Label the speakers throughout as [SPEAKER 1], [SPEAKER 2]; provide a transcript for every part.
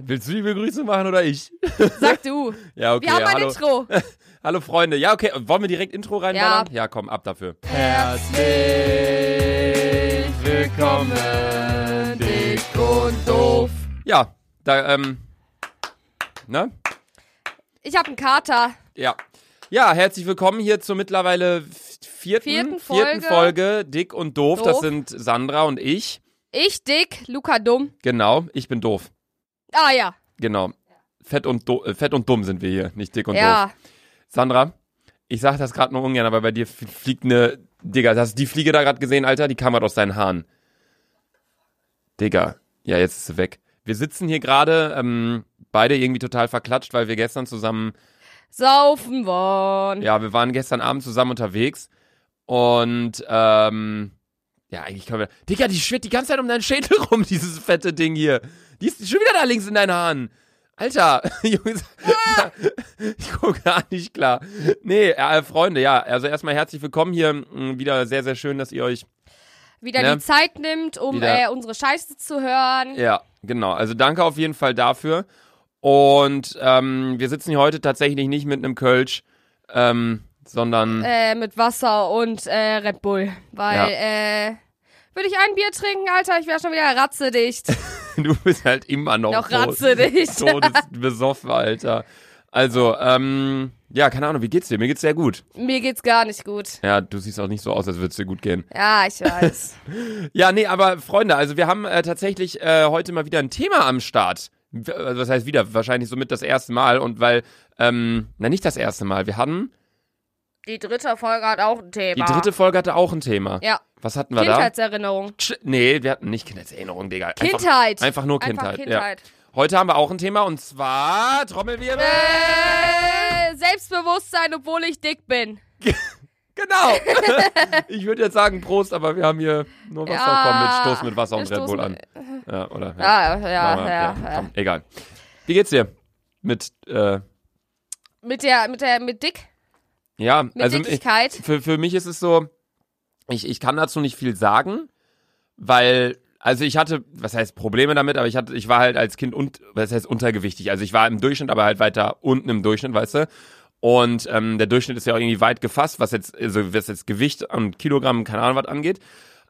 [SPEAKER 1] Willst du die Begrüßung machen oder ich?
[SPEAKER 2] Sag du.
[SPEAKER 1] Ja, okay.
[SPEAKER 2] Wir haben ein
[SPEAKER 1] hallo,
[SPEAKER 2] Intro.
[SPEAKER 1] hallo Freunde. Ja, okay. Wollen wir direkt Intro reinballern? Ja, komm, ab dafür.
[SPEAKER 2] Herzlich willkommen, dick und doof.
[SPEAKER 1] Ja, da, ähm. Ne?
[SPEAKER 2] Ich habe einen Kater.
[SPEAKER 1] Ja. Ja, herzlich willkommen hier zur mittlerweile vierten,
[SPEAKER 2] Vierten
[SPEAKER 1] vierten
[SPEAKER 2] Folge.
[SPEAKER 1] Folge Dick und doof. Das
[SPEAKER 2] Doof.
[SPEAKER 1] sind Sandra und ich.
[SPEAKER 2] Ich dick, Luca dumm.
[SPEAKER 1] Genau, ich bin doof.
[SPEAKER 2] Ah ja.
[SPEAKER 1] Genau. Fett und, do äh, fett und dumm sind wir hier, nicht dick und doof.
[SPEAKER 2] ja.
[SPEAKER 1] Sandra, ich sag das gerade nur ungern, aber bei dir f- fliegt eine. Digga, hast du die Fliege da gerade gesehen, Alter? Die kam grad aus deinen Haaren. Digga, ja, jetzt ist sie weg. Wir sitzen hier gerade, ähm, beide irgendwie total verklatscht, weil wir gestern zusammen,
[SPEAKER 2] Saufen wollen.
[SPEAKER 1] ja, wir waren gestern Abend zusammen unterwegs und, ähm, ja, eigentlich können wir. Digga, die schwirrt die ganze Zeit um deinen Schädel rum, dieses fette Ding hier. Die ist schon wieder da links in deinen Haaren. Alter, Junge, ich gucke gar nicht klar. Nee, äh, Freunde, ja, also erstmal herzlich willkommen hier. m, Wieder sehr, sehr schön, dass ihr euch.
[SPEAKER 2] Wieder
[SPEAKER 1] Ne?
[SPEAKER 2] die Zeit nimmt, um
[SPEAKER 1] Wieder.
[SPEAKER 2] äh, unsere Scheiße zu hören.
[SPEAKER 1] Ja, genau. Also danke auf jeden Fall dafür. Und ähm, wir sitzen hier heute tatsächlich nicht mit einem Kölsch, ähm, sondern.
[SPEAKER 2] Äh, mit Wasser und äh, Red Bull. Weil, äh, würde ich ein Bier trinken, Alter, ich wäre schon wieder ratzedicht.
[SPEAKER 1] Du bist halt immer noch,
[SPEAKER 2] Noch
[SPEAKER 1] so
[SPEAKER 2] ratzedicht.
[SPEAKER 1] todesbesoffen, Alter. Also, ähm, ja, keine Ahnung, wie geht's dir? Mir geht's sehr gut.
[SPEAKER 2] Mir geht's gar nicht gut.
[SPEAKER 1] Ja, du siehst auch nicht so aus, als würd's dir gut gehen.
[SPEAKER 2] Ja, ich weiß.
[SPEAKER 1] Ja, nee, aber Freunde, also wir haben äh, tatsächlich äh, heute mal wieder ein Thema am Start. W- Also was heißt wieder? Wahrscheinlich somit das erste Mal und weil, ähm, na nicht das erste Mal, wir hatten,
[SPEAKER 2] Die dritte Folge hat auch ein
[SPEAKER 1] die
[SPEAKER 2] Thema.
[SPEAKER 1] dritte Folge hatte auch ein Thema.
[SPEAKER 2] Ja.
[SPEAKER 1] Was hatten wir da?
[SPEAKER 2] Kindheitserinnerung.
[SPEAKER 1] Tsch, Nee, wir hatten nicht Kindheitserinnerung, Digga. Einfach,
[SPEAKER 2] Kindheit.
[SPEAKER 1] Einfach nur Kindheit.
[SPEAKER 2] Einfach Kindheit.
[SPEAKER 1] Ja. Heute haben wir auch ein Thema und zwar Trommelwirbel.
[SPEAKER 2] Äh, Selbstbewusstsein, obwohl ich dick bin.
[SPEAKER 1] Genau. ich würde jetzt sagen Prost, aber wir haben hier nur Wasser.
[SPEAKER 2] Ja.
[SPEAKER 1] Komm, mit Stoß mit Wasser und
[SPEAKER 2] Wir
[SPEAKER 1] Red Bull an.
[SPEAKER 2] stoßen-
[SPEAKER 1] Ja, oder?
[SPEAKER 2] Ah, Ja, ja,
[SPEAKER 1] Machen wir,
[SPEAKER 2] ja. ja.
[SPEAKER 1] komm, Egal. Wie geht's dir? Mit, äh,
[SPEAKER 2] Mit der, mit der, mit Dick,
[SPEAKER 1] ja,
[SPEAKER 2] mit
[SPEAKER 1] also ich,
[SPEAKER 2] Dickigkeit.
[SPEAKER 1] für, für mich ist es so, ich, ich kann dazu nicht viel sagen, weil, also ich hatte, was heißt Probleme damit, aber ich hatte, ich war halt als Kind und, was heißt untergewichtig. Also ich war im Durchschnitt, aber halt weiter unten im Durchschnitt, weißt du? Und ähm, der Durchschnitt ist ja auch irgendwie weit gefasst, was jetzt, also was jetzt Gewicht und Kilogramm, keine Ahnung was angeht.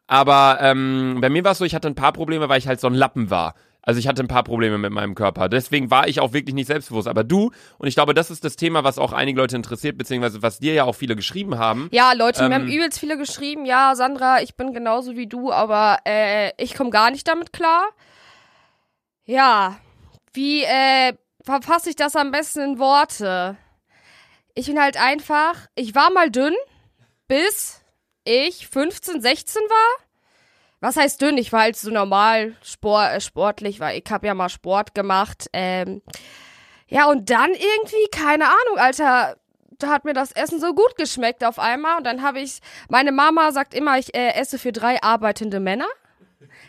[SPEAKER 1] Aber ähm, bei mir war es so, ich hatte ein paar Probleme, weil ich halt so ein Lappen war. Also ich hatte ein paar Probleme mit meinem Körper. Deswegen war ich auch wirklich nicht selbstbewusst. Aber du, und ich glaube, das ist das Thema, was auch einige Leute interessiert, beziehungsweise was dir ja auch viele geschrieben haben.
[SPEAKER 2] Ja, Leute,
[SPEAKER 1] Ähm,
[SPEAKER 2] mir haben übelst viele geschrieben, ja, Sandra, ich bin genauso wie du, aber äh, ich komme gar nicht damit klar. Ja, wie äh, verfasse ich das am besten in Worte? Ich bin halt einfach, ich war mal dünn, bis ich 15, 16 war. Was heißt dünn? Ich war halt so normal spor äh, sportlich, weil ich habe ja mal Sport gemacht. Ähm, ja, und dann irgendwie, keine Ahnung, Alter, da hat mir das Essen so gut geschmeckt auf einmal. Und dann habe ich, meine Mama sagt immer, ich äh, esse für drei arbeitende Männer,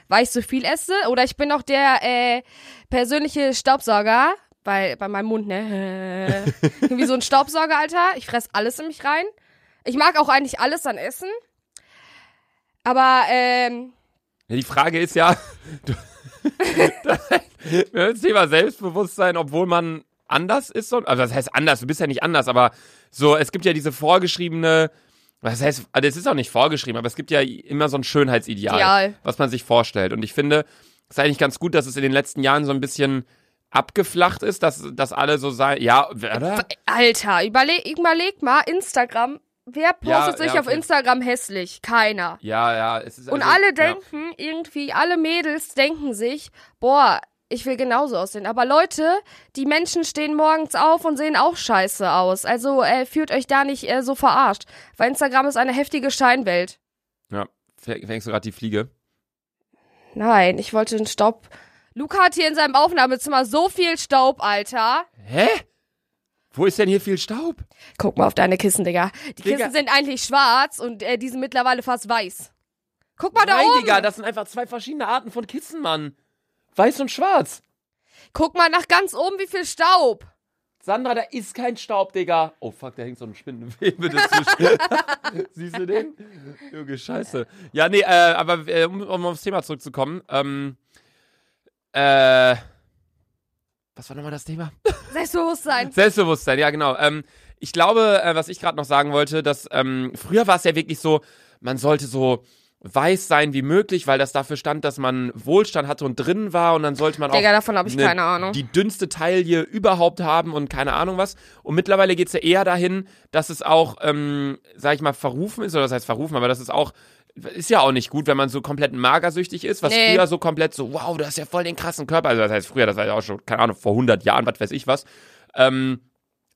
[SPEAKER 2] weil ich so viel esse. Oder ich bin auch der äh, persönliche Staubsauger, weil bei meinem Mund, ne? Wie so ein Staubsauger, Alter. Ich fress alles in mich rein. Ich mag auch eigentlich alles an Essen. Aber, ähm,
[SPEAKER 1] Ja, die Frage ist ja, du, wir haben das Thema Selbstbewusstsein, obwohl man anders ist. so- Also das heißt anders, du bist ja nicht anders, aber so, es gibt ja diese vorgeschriebene, was heißt, also es ist auch nicht vorgeschrieben, aber es gibt ja immer so ein Schönheitsideal,
[SPEAKER 2] Ideal.
[SPEAKER 1] was man sich vorstellt. Und ich finde, es ist eigentlich ganz gut, dass es in den letzten Jahren so ein bisschen abgeflacht ist, dass, dass alle so sein, ja, oder?
[SPEAKER 2] Alter, überleg, überleg mal, Instagram. Wer
[SPEAKER 1] Ja,
[SPEAKER 2] postet sich
[SPEAKER 1] ja,
[SPEAKER 2] auf
[SPEAKER 1] okay.
[SPEAKER 2] Instagram hässlich? Keiner.
[SPEAKER 1] Ja, ja, es ist
[SPEAKER 2] Und
[SPEAKER 1] also-
[SPEAKER 2] alle
[SPEAKER 1] ja.
[SPEAKER 2] denken irgendwie, alle Mädels denken sich, boah, ich will genauso aussehen. Aber Leute, die Menschen stehen morgens auf und sehen auch scheiße aus. Also äh, fühlt euch da nicht äh, so verarscht. Weil Instagram ist eine heftige Scheinwelt.
[SPEAKER 1] Ja, fäng- fängst du gerade die Fliege?
[SPEAKER 2] Nein, ich wollte den Staub. Luca hat hier in seinem Aufnahmezimmer so viel Staub, Alter.
[SPEAKER 1] Hä? Wo ist denn hier viel Staub?
[SPEAKER 2] Guck mal auf deine Kissen, Digga. Die
[SPEAKER 1] Digga.
[SPEAKER 2] Kissen sind eigentlich schwarz und äh, die sind mittlerweile fast weiß. Guck mal da
[SPEAKER 1] Nein,
[SPEAKER 2] oben.
[SPEAKER 1] Digga, das sind einfach zwei verschiedene Arten von Kissen, Mann. Weiß und schwarz.
[SPEAKER 2] Guck mal nach ganz oben, wie viel Staub.
[SPEAKER 1] Sandra, da ist kein Staub, Digga. Oh fuck, da hängt so ein Spinnenwebe dazwischen. Siehst du den? Junge, scheiße. Ja, nee, äh, aber äh, um, um aufs Thema zurückzukommen, ähm, äh, was war nochmal das Thema?
[SPEAKER 2] Selbstbewusstsein.
[SPEAKER 1] Selbstbewusstsein, ja genau. Ähm, ich glaube, äh, was ich gerade noch sagen wollte, dass ähm, früher war es ja wirklich so, man sollte so weiß sein wie möglich, weil das dafür stand, dass man Wohlstand hatte und drin war und dann sollte man auch
[SPEAKER 2] Digga, davon habe ich
[SPEAKER 1] ne-
[SPEAKER 2] keine Ahnung.
[SPEAKER 1] die dünnste Taille überhaupt haben und keine Ahnung was. Und mittlerweile geht's ja eher dahin, dass es auch, ähm, sag ich mal, verrufen ist, oder das heißt verrufen, aber das ist auch, ist ja auch nicht gut, wenn man so komplett magersüchtig ist, was
[SPEAKER 2] Nee.
[SPEAKER 1] früher so komplett so, wow, du hast ja voll den krassen Körper. Also das heißt früher, das war ja auch schon, keine Ahnung, vor 100 Jahren, was weiß ich was. Ähm,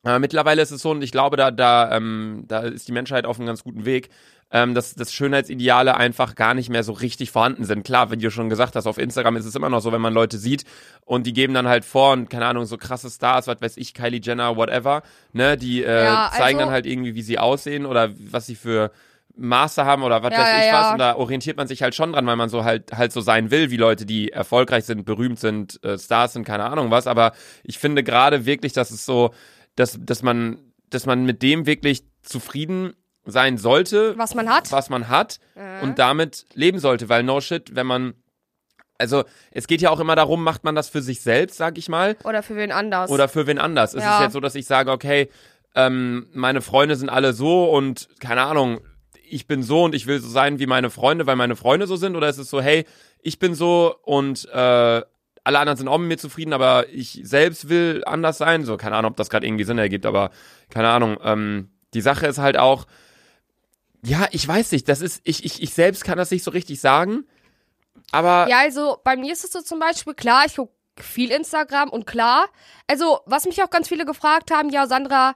[SPEAKER 1] aber mittlerweile ist es so, und ich glaube, da, da, ähm, da ist die Menschheit auf einem ganz guten Weg, ähm, dass, dass Schönheitsideale einfach gar nicht mehr so richtig vorhanden sind. Klar, wenn du schon gesagt hast, auf Instagram ist es immer noch so, wenn man Leute sieht und die geben dann halt vor und keine Ahnung, so krasse Stars, was weiß ich, Kylie Jenner, whatever, ne, die äh,
[SPEAKER 2] Ja,
[SPEAKER 1] zeigen
[SPEAKER 2] also-
[SPEAKER 1] dann halt irgendwie, wie sie aussehen oder was sie für Maße haben oder was
[SPEAKER 2] Ja,
[SPEAKER 1] weiß ich
[SPEAKER 2] ja, ja.
[SPEAKER 1] was und da orientiert man sich halt schon dran, weil man so halt halt so sein will, wie Leute, die erfolgreich sind, berühmt sind, äh, Stars sind, keine Ahnung was, aber ich finde gerade wirklich, dass es so dass dass man dass man mit dem wirklich zufrieden sein sollte,
[SPEAKER 2] Was man hat.
[SPEAKER 1] was man hat
[SPEAKER 2] Äh.
[SPEAKER 1] und damit leben sollte, weil no shit, wenn man also es geht ja auch immer darum, macht man das für sich selbst, sag ich mal,
[SPEAKER 2] Oder für wen anders.
[SPEAKER 1] oder für wen anders. Es
[SPEAKER 2] Ja.
[SPEAKER 1] ist jetzt so, dass ich sage, okay, ähm, meine Freunde sind alle so und keine Ahnung, ich bin so und ich will so sein wie meine Freunde, weil meine Freunde so sind. Oder ist es so, hey, ich bin so und äh, alle anderen sind auch mit mir zufrieden, aber ich selbst will anders sein. So, keine Ahnung, ob das gerade irgendwie Sinn ergibt, aber keine Ahnung. Ähm, die Sache ist halt auch, ja, ich weiß nicht, das ist, ich, ich, ich selbst kann das nicht so richtig sagen, aber
[SPEAKER 2] Ja, also bei mir ist es so zum Beispiel, klar, ich gucke viel Instagram und klar, also was mich auch ganz viele gefragt haben, ja, Sandra,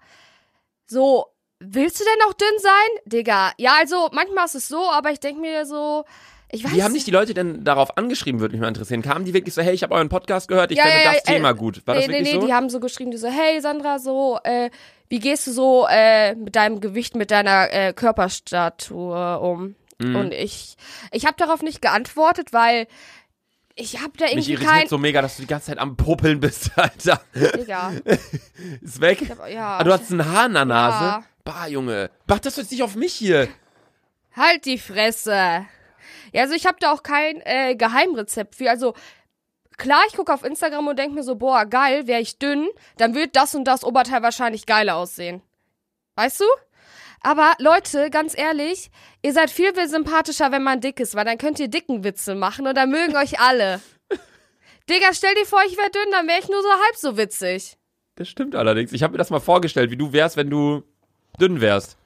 [SPEAKER 2] so, willst du denn auch dünn sein? Digga, ja, also manchmal ist es so, aber ich denke mir so, ich weiß
[SPEAKER 1] Wie haben dich die Leute denn darauf angeschrieben, würde mich mal interessieren. Kamen die wirklich so, hey, ich habe euren Podcast gehört, ich
[SPEAKER 2] Ja,
[SPEAKER 1] finde
[SPEAKER 2] ja,
[SPEAKER 1] das
[SPEAKER 2] ja,
[SPEAKER 1] Thema
[SPEAKER 2] äh,
[SPEAKER 1] gut. War
[SPEAKER 2] nee,
[SPEAKER 1] das
[SPEAKER 2] nee,
[SPEAKER 1] wirklich
[SPEAKER 2] nee,
[SPEAKER 1] so?
[SPEAKER 2] die haben so geschrieben, die so, hey Sandra, so, äh, wie gehst du so äh, mit deinem Gewicht, mit deiner äh, Körperstatur um?
[SPEAKER 1] Mhm.
[SPEAKER 2] Und ich, ich habe darauf nicht geantwortet, weil ich habe da
[SPEAKER 1] mich
[SPEAKER 2] irgendwie kein...
[SPEAKER 1] irritiert so mega, dass du die ganze Zeit am Popeln bist, Alter.
[SPEAKER 2] Digga,
[SPEAKER 1] Ist weg.
[SPEAKER 2] ja.
[SPEAKER 1] ah, du hast einen Haar in der Nase.
[SPEAKER 2] Ja.
[SPEAKER 1] Bah, Junge. Mach das jetzt nicht auf mich hier.
[SPEAKER 2] Halt die Fresse. Ja, also ich habe da auch kein äh, Geheimrezept für. Also klar, ich gucke auf Instagram und denke mir so, boah, geil, wäre ich dünn, dann wird das und das Oberteil wahrscheinlich geiler aussehen. Weißt du? Aber Leute, ganz ehrlich, ihr seid viel, viel sympathischer, wenn man dick ist, weil dann könnt ihr dicken Witze machen und dann mögen euch alle. Digga, stell dir vor, ich wäre dünn, dann wäre ich nur so halb so witzig.
[SPEAKER 1] Das stimmt allerdings. Ich habe mir das mal vorgestellt, wie du wärst, wenn du dünn wärst.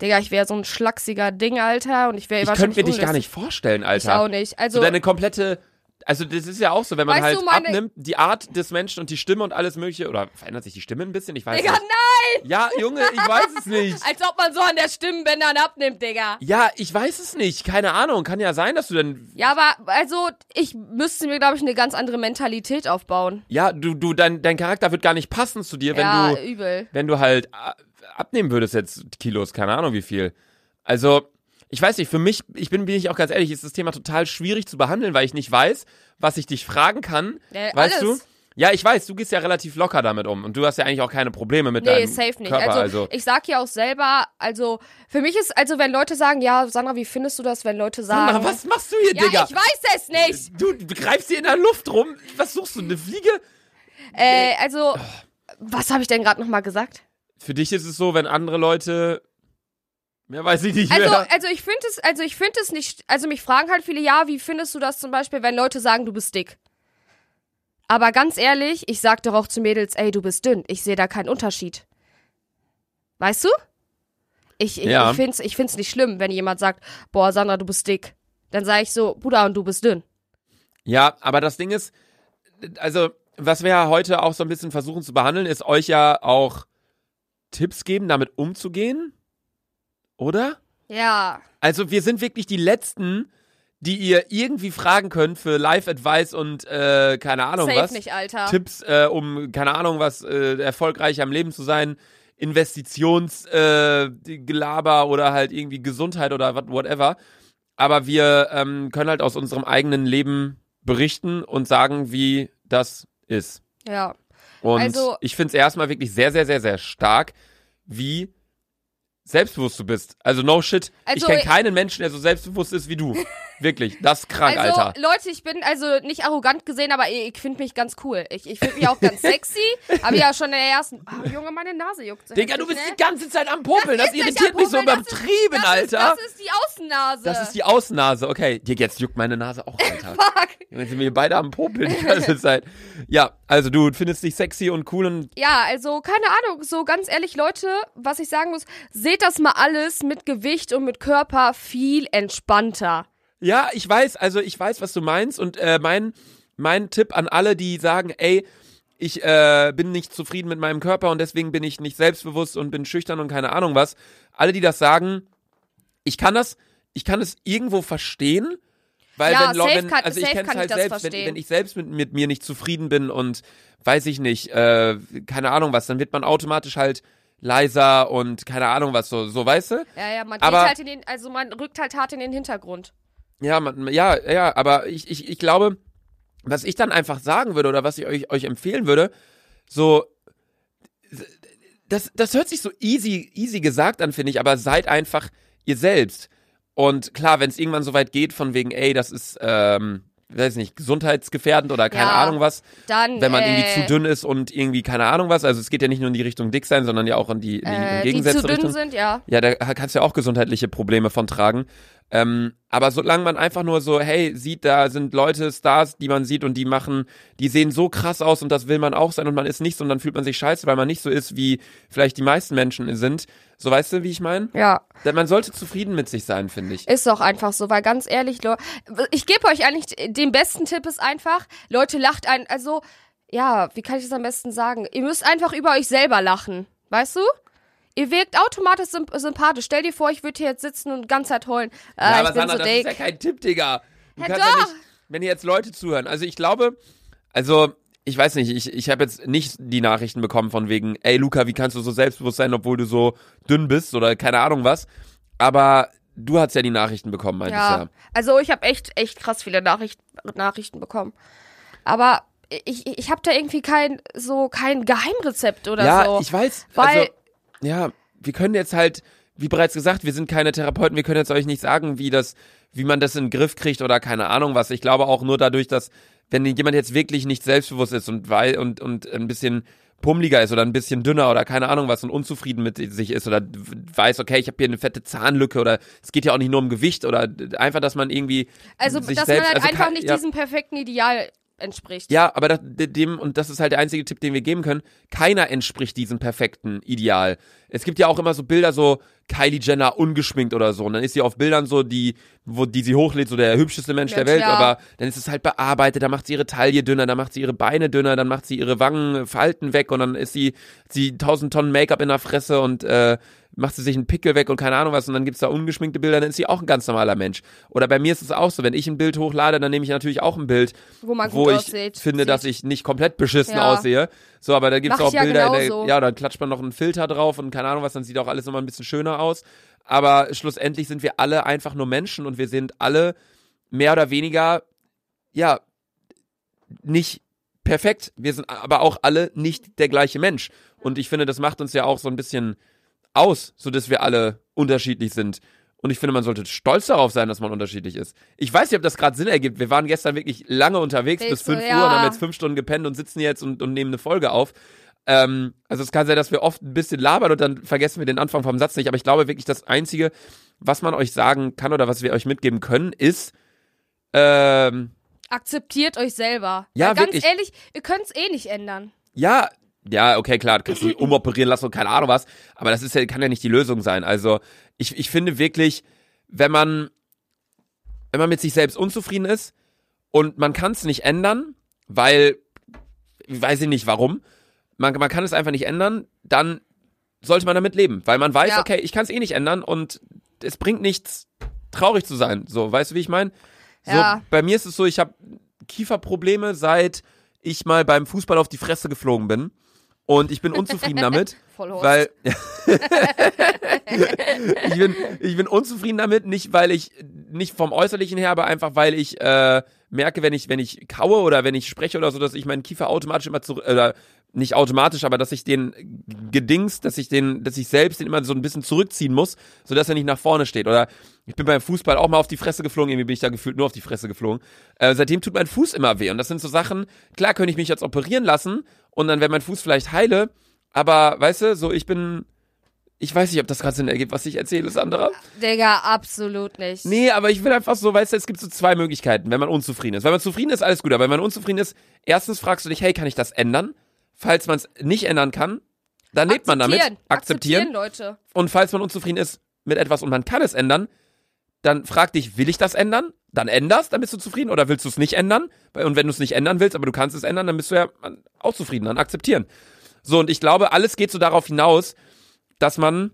[SPEAKER 2] Digga, ich wäre so ein schlacksiger Ding, Alter, und ich wäre
[SPEAKER 1] Ich könnte
[SPEAKER 2] wahrscheinlich
[SPEAKER 1] mir dich gar
[SPEAKER 2] unlustig.
[SPEAKER 1] nicht vorstellen,
[SPEAKER 2] Ich auch
[SPEAKER 1] Alter.
[SPEAKER 2] nicht.
[SPEAKER 1] So
[SPEAKER 2] Also,
[SPEAKER 1] deine komplette. Also das ist ja auch so, wenn man
[SPEAKER 2] Weißt
[SPEAKER 1] halt
[SPEAKER 2] du, meine-
[SPEAKER 1] abnimmt, die Art des Menschen und die Stimme und alles mögliche, oder verändert sich die Stimme ein bisschen? Ich weiß
[SPEAKER 2] Digga,
[SPEAKER 1] nicht.
[SPEAKER 2] nein!
[SPEAKER 1] Ja, Junge, ich weiß es nicht.
[SPEAKER 2] Als ob man so an der Stimmbändern abnimmt, Digga.
[SPEAKER 1] Ja, ich weiß es nicht. Keine Ahnung. Kann ja sein, dass du dann.
[SPEAKER 2] Ja, aber also, ich müsste mir, glaube ich, eine ganz andere Mentalität aufbauen.
[SPEAKER 1] Ja, du, du, dein, dein Charakter wird gar nicht passen zu dir, wenn
[SPEAKER 2] ja,
[SPEAKER 1] du,
[SPEAKER 2] übel.
[SPEAKER 1] wenn du halt a- abnehmen würdest jetzt Kilos, keine Ahnung wie viel. Also, ich weiß nicht, für mich, ich bin, bin ich auch ganz ehrlich, ist das Thema total schwierig zu behandeln, weil ich nicht weiß, was ich dich fragen kann.
[SPEAKER 2] Äh,
[SPEAKER 1] weißt
[SPEAKER 2] alles.
[SPEAKER 1] du? Ja, ich weiß, du gehst ja relativ locker damit um und du hast ja eigentlich auch keine Probleme mit
[SPEAKER 2] Nee,
[SPEAKER 1] deinem
[SPEAKER 2] safe nicht.
[SPEAKER 1] Körper.
[SPEAKER 2] also,
[SPEAKER 1] Also,
[SPEAKER 2] ich sag ja auch selber, also, für mich ist, also, wenn Leute sagen, ja, Sandra, wie findest du das, wenn Leute sagen.
[SPEAKER 1] Sandra, was machst du hier,
[SPEAKER 2] ja,
[SPEAKER 1] Digga?
[SPEAKER 2] ich weiß es nicht.
[SPEAKER 1] Du greifst hier in der Luft rum. Was suchst du, eine Fliege?
[SPEAKER 2] Äh, also, was habe ich denn gerade nochmal gesagt?
[SPEAKER 1] für dich ist es so, wenn andere Leute. Mehr weiß ich nicht
[SPEAKER 2] Also,
[SPEAKER 1] mehr.
[SPEAKER 2] also ich finde es, also ich finde es nicht, also mich fragen halt viele, ja, wie findest du das zum Beispiel, wenn Leute sagen, du bist dick? Aber ganz ehrlich, ich sag doch auch zu Mädels, ey, du bist dünn. Ich sehe da keinen Unterschied. Weißt du? Ich, ich,
[SPEAKER 1] Ja.
[SPEAKER 2] ich finde es ich find's nicht schlimm, wenn jemand sagt, boah, Sandra, du bist dick. Dann sage ich so, Bruder, und du bist dünn.
[SPEAKER 1] Ja, aber das Ding ist, also, was wir ja heute auch so ein bisschen versuchen zu behandeln, ist euch ja auch Tipps geben, damit umzugehen. Oder?
[SPEAKER 2] Ja.
[SPEAKER 1] Also, wir sind wirklich die Letzten, die ihr irgendwie fragen könnt für Live-Advice und äh, keine Ahnung
[SPEAKER 2] Safe
[SPEAKER 1] was.
[SPEAKER 2] nicht, Alter.
[SPEAKER 1] Tipps, äh, um, keine Ahnung, was äh, erfolgreich am Leben zu sein, Investitionsgelaber äh, Gelaber oder halt irgendwie Gesundheit oder wat- whatever. Aber wir ähm, können halt aus unserem eigenen Leben berichten und sagen, wie das ist.
[SPEAKER 2] Ja.
[SPEAKER 1] Und
[SPEAKER 2] Also-
[SPEAKER 1] ich finde es erstmal wirklich sehr, sehr, sehr, sehr stark, wie selbstbewusst du bist. Also no shit. ich
[SPEAKER 2] Also
[SPEAKER 1] kenne
[SPEAKER 2] ich-
[SPEAKER 1] keinen Menschen, der so selbstbewusst ist wie du. Wirklich, das ist krank,
[SPEAKER 2] also,
[SPEAKER 1] Alter.
[SPEAKER 2] Leute, ich bin also nicht arrogant gesehen, aber ich, ich finde mich ganz cool. Ich, ich finde mich auch ganz sexy. Hab ich ja schon in der ersten. Ah, Junge, meine Nase juckt. so
[SPEAKER 1] Digga, du
[SPEAKER 2] heftig,
[SPEAKER 1] bist
[SPEAKER 2] ne?
[SPEAKER 1] die ganze Zeit am Popeln. Das,
[SPEAKER 2] ist nicht
[SPEAKER 1] irritiert
[SPEAKER 2] am
[SPEAKER 1] mich so
[SPEAKER 2] Popeln, das ist-
[SPEAKER 1] übertrieben,
[SPEAKER 2] das ist,
[SPEAKER 1] Alter.
[SPEAKER 2] Das ist die Außennase.
[SPEAKER 1] Das ist die Außennase, okay. Dir jetzt juckt meine Nase auch, Alter.
[SPEAKER 2] Fuck.
[SPEAKER 1] Jetzt sind wir beide am Popeln die ganze Zeit. Ja, also du findest dich sexy und cool und
[SPEAKER 2] Ja, also keine Ahnung, so ganz ehrlich, Leute, was ich sagen muss, seht das mal alles mit Gewicht und mit Körper viel entspannter.
[SPEAKER 1] Ja, ich weiß, also ich weiß, was du meinst und äh, mein, mein Tipp an alle, die sagen, ey, ich äh, bin nicht zufrieden mit meinem Körper und deswegen bin ich nicht selbstbewusst und bin schüchtern und keine Ahnung was. Alle, die das sagen, ich kann das, ich kann es irgendwo verstehen, weil
[SPEAKER 2] Ja,
[SPEAKER 1] wenn, Lo-
[SPEAKER 2] safe
[SPEAKER 1] wenn
[SPEAKER 2] kann-
[SPEAKER 1] also ich
[SPEAKER 2] safe
[SPEAKER 1] kenne es
[SPEAKER 2] kann ich
[SPEAKER 1] halt
[SPEAKER 2] das
[SPEAKER 1] selbst, wenn,
[SPEAKER 2] verstehen.
[SPEAKER 1] wenn ich selbst mit, mit mir nicht zufrieden bin und weiß ich nicht, äh, keine Ahnung was, dann wird man automatisch halt leiser und keine Ahnung was, so, so weißt du?
[SPEAKER 2] Ja, ja, man
[SPEAKER 1] Aber-
[SPEAKER 2] geht halt in den, also man rückt halt hart in den Hintergrund.
[SPEAKER 1] Ja, man, ja, ja, aber ich, ich, ich glaube, was ich dann einfach sagen würde oder was ich euch, euch empfehlen würde, so, das, das hört sich so easy, easy gesagt an, finde ich, aber seid einfach ihr selbst. Und klar, wenn es irgendwann so weit geht, von wegen, ey, das ist, ähm, weiß nicht, gesundheitsgefährdend oder keine
[SPEAKER 2] Ja.
[SPEAKER 1] Ahnung was,
[SPEAKER 2] Dann,
[SPEAKER 1] wenn man
[SPEAKER 2] äh,
[SPEAKER 1] irgendwie zu dünn ist und irgendwie keine Ahnung was, also es geht ja nicht nur in die Richtung dick sein, sondern ja auch in die, in die
[SPEAKER 2] äh, die
[SPEAKER 1] entgegengesetzte
[SPEAKER 2] zu dünn
[SPEAKER 1] Richtung.
[SPEAKER 2] sind, ja.
[SPEAKER 1] Ja, da kannst du ja auch gesundheitliche Probleme von tragen. Ähm, aber solange man einfach nur so, hey, sieht, da sind Leute, Stars, die man sieht und die machen, die sehen so krass aus und das will man auch sein und man ist nichts und dann fühlt man sich scheiße, weil man nicht so ist, wie vielleicht die meisten Menschen sind. So weißt du, wie ich meine?
[SPEAKER 2] Ja,
[SPEAKER 1] Denn man sollte zufrieden mit sich sein, finde ich.
[SPEAKER 2] ist doch einfach so, weil ganz ehrlich, Leute, ich gebe euch eigentlich den besten Tipp ist einfach, Leute lacht ein, also ja, wie kann ich das am besten sagen? Ihr müsst einfach über euch selber lachen, weißt du? Ihr wirkt automatisch symp sympathisch. Stell dir vor, ich würde hier jetzt sitzen und die ganze Zeit heulen. Äh,
[SPEAKER 1] ja,
[SPEAKER 2] ich
[SPEAKER 1] aber
[SPEAKER 2] bin
[SPEAKER 1] Sandra,
[SPEAKER 2] so
[SPEAKER 1] das ist
[SPEAKER 2] dick.
[SPEAKER 1] ja kein Tipp, Digga. Du
[SPEAKER 2] Ja,
[SPEAKER 1] kannst ja
[SPEAKER 2] doch.
[SPEAKER 1] nicht, wenn hier jetzt Leute zuhören. Also ich glaube, also ich weiß nicht, ich, ich habe jetzt nicht die Nachrichten bekommen von wegen, ey Luca, wie kannst du so selbstbewusst sein, obwohl du so dünn bist oder keine Ahnung was. Aber du hast ja die Nachrichten bekommen, meinte ich
[SPEAKER 2] Ja.
[SPEAKER 1] ja.
[SPEAKER 2] Also ich habe echt, echt krass viele Nachricht, Nachrichten bekommen. Aber ich, ich- ich habe da irgendwie kein so kein Geheimrezept oder
[SPEAKER 1] ja,
[SPEAKER 2] so.
[SPEAKER 1] ich weiß.
[SPEAKER 2] Weil-
[SPEAKER 1] also, ja, wir können jetzt halt, wie bereits gesagt, wir sind keine Therapeuten, wir können jetzt euch nicht sagen, wie das, wie man das in den Griff kriegt oder keine Ahnung was. Ich glaube auch nur dadurch, dass, wenn jemand jetzt wirklich nicht selbstbewusst ist und weil und, und ein bisschen pummeliger ist oder ein bisschen dünner oder keine Ahnung was und unzufrieden mit sich ist oder w- weiß, okay, ich habe hier eine fette Zahnlücke oder es geht ja auch nicht nur um Gewicht oder einfach, dass man irgendwie
[SPEAKER 2] also
[SPEAKER 1] sich
[SPEAKER 2] dass
[SPEAKER 1] selbst,
[SPEAKER 2] man halt
[SPEAKER 1] also
[SPEAKER 2] einfach
[SPEAKER 1] kein-
[SPEAKER 2] nicht
[SPEAKER 1] ja.
[SPEAKER 2] diesem perfekten Ideal entspricht.
[SPEAKER 1] Ja, aber das, de- dem, und das ist halt der einzige Tipp, den wir geben können, keiner entspricht diesem perfekten Ideal. Es gibt ja auch immer so Bilder, so Kylie Jenner ungeschminkt oder so. Und dann ist sie auf Bildern so, die, wo, die sie hochlädt, so der hübscheste Mensch der
[SPEAKER 2] Mensch,
[SPEAKER 1] Welt,
[SPEAKER 2] ja.
[SPEAKER 1] aber dann ist es halt bearbeitet, dann macht sie ihre Taille dünner, dann macht sie ihre Beine dünner, dann macht sie ihre Wangen, Falten weg und dann ist sie, sie tausend Tonnen Make-up in der Fresse und äh, macht sie sich einen Pickel weg und keine Ahnung was und dann gibt's da ungeschminkte Bilder, dann ist sie auch ein ganz normaler Mensch. Oder bei mir ist es auch so, wenn ich ein Bild hochlade, dann nehme ich natürlich auch ein Bild,
[SPEAKER 2] Wo man
[SPEAKER 1] wo
[SPEAKER 2] gut
[SPEAKER 1] ich
[SPEAKER 2] aussieht,
[SPEAKER 1] finde,
[SPEAKER 2] sieht.
[SPEAKER 1] dass ich nicht komplett beschissen
[SPEAKER 2] Ja.
[SPEAKER 1] aussehe. So, aber da gibt's
[SPEAKER 2] Mach
[SPEAKER 1] auch
[SPEAKER 2] ich ja
[SPEAKER 1] Bilder, in der,
[SPEAKER 2] genauso.
[SPEAKER 1] ja, dann klatscht man noch einen Filter drauf und keine Ahnung was, dann sieht auch alles nochmal ein bisschen schöner aus. Aber schlussendlich sind wir alle einfach nur Menschen und wir sind alle mehr oder weniger, ja, nicht perfekt. Wir sind aber auch alle nicht der gleiche Mensch. Und ich finde, das macht uns ja auch so ein bisschen aus, sodass wir alle unterschiedlich sind. Und ich finde, man sollte stolz darauf sein, dass man unterschiedlich ist. Ich weiß nicht, ob das gerade Sinn ergibt. Wir waren gestern wirklich lange unterwegs bis 5
[SPEAKER 2] Denkst du,
[SPEAKER 1] Uhr
[SPEAKER 2] ja.
[SPEAKER 1] und haben jetzt 5 Stunden gepennt und sitzen jetzt und, und nehmen eine Folge auf. Ähm, also es kann sein, dass wir oft ein bisschen labern und dann vergessen wir den Anfang vom Satz nicht. Aber ich glaube wirklich, das Einzige, was man euch sagen kann oder was wir euch mitgeben können, ist, ähm,
[SPEAKER 2] Akzeptiert euch selber.
[SPEAKER 1] Ja,
[SPEAKER 2] Weil ganz
[SPEAKER 1] wirklich.
[SPEAKER 2] ehrlich, ihr könnt's eh nicht ändern.
[SPEAKER 1] Ja, ja, okay, klar, du kannst dich umoperieren lassen und keine Ahnung was, aber das ist ja, kann ja nicht die Lösung sein. Also, ich, ich finde wirklich, wenn man, wenn man mit sich selbst unzufrieden ist und man kann es nicht ändern, weil, weiß ich nicht warum, man, man kann es einfach nicht ändern, dann sollte man damit leben, weil man weiß,
[SPEAKER 2] Ja.
[SPEAKER 1] okay, ich kann es eh nicht ändern und es bringt nichts, traurig zu sein. So, weißt du, wie ich meine? So,
[SPEAKER 2] Ja.
[SPEAKER 1] Bei mir ist es so, ich habe Kieferprobleme, seit ich mal beim Fußball auf die Fresse geflogen bin. Und ich bin unzufrieden damit.
[SPEAKER 2] Vollhorst.
[SPEAKER 1] Weil ich, bin, ich bin unzufrieden damit, nicht weil ich nicht vom Äußerlichen her, aber einfach weil ich äh, merke, wenn ich wenn ich kaue oder wenn ich spreche oder so, dass ich meinen Kiefer automatisch immer zurück oder nicht automatisch, aber dass ich den gedings, dass ich den, dass ich selbst den immer so ein bisschen zurückziehen muss, sodass er nicht nach vorne steht. Oder ich bin beim Fußball auch mal auf die Fresse geflogen, irgendwie bin ich da gefühlt nur auf die Fresse geflogen. Äh, seitdem tut mein Fuß immer weh. Und das sind so Sachen, klar könnte ich mich jetzt operieren lassen und dann wäre mein Fuß vielleicht heile, aber weißt du, so ich bin. Ich weiß nicht, ob das gerade Sinn ergibt, was ich erzähle, Sandra.
[SPEAKER 2] Digga, absolut nicht.
[SPEAKER 1] Nee, aber ich will einfach so, weißt du, es gibt so zwei Möglichkeiten, wenn man unzufrieden ist. Wenn man zufrieden ist, alles gut, aber wenn man unzufrieden ist, erstens fragst du dich, hey, kann ich das ändern? Falls man es nicht ändern kann, dann lebt man damit.
[SPEAKER 2] Akzeptieren. Akzeptieren, Leute.
[SPEAKER 1] Und falls man unzufrieden ist mit etwas und man kann es ändern, dann frag dich, will ich das ändern? Dann änderst, dann bist du zufrieden oder willst du es nicht ändern? Und wenn du es nicht ändern willst, aber du kannst es ändern, dann bist du ja auch zufrieden, dann akzeptieren. So, und ich glaube, alles geht so darauf hinaus, dass man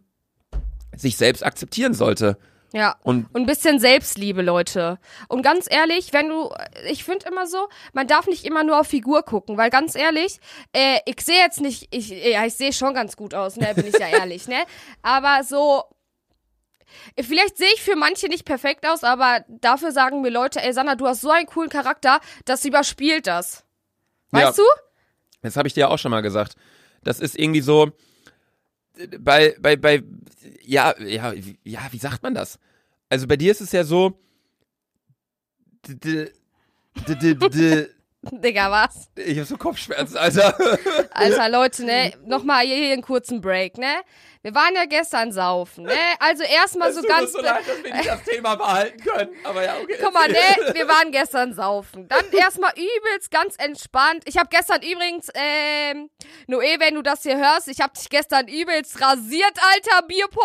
[SPEAKER 1] sich selbst akzeptieren sollte.
[SPEAKER 2] Ja.
[SPEAKER 1] Und
[SPEAKER 2] Und ein bisschen Selbstliebe, Leute. Und ganz ehrlich, wenn du, ich finde immer so, man darf nicht immer nur auf Figur gucken, weil ganz ehrlich, äh, ich sehe jetzt nicht, ich, ja, ich sehe schon ganz gut aus, ne, bin ich ja ehrlich, ne? Aber so, vielleicht sehe ich für manche nicht perfekt aus, aber dafür sagen mir Leute, ey Sanna, du hast so einen coolen Charakter, das überspielt das. Weißt
[SPEAKER 1] Ja.
[SPEAKER 2] du?
[SPEAKER 1] das habe ich dir ja auch schon mal gesagt. Das ist irgendwie so äh, bei bei bei ja, ja, wie- ja, wie sagt man das? Also bei dir ist es ja so d- d- d- d- d-
[SPEAKER 2] Digga, was?
[SPEAKER 1] ich habe so Kopfschmerzen, Alter.
[SPEAKER 2] Alter, Leute, ne, nochmal hier, hier einen kurzen Break, ne? Wir waren ja gestern saufen, ne? Also erstmal so
[SPEAKER 1] Es tut
[SPEAKER 2] ganz.
[SPEAKER 1] uns so leid, dass wir nicht das Thema behalten können, aber ja, okay.
[SPEAKER 2] Guck mal, ne, wir waren gestern saufen. Dann erstmal übelst ganz entspannt. Ich habe gestern übrigens, ähm, Noe, wenn du das hier hörst, ich habe dich gestern übelst rasiert, alter Bierpong.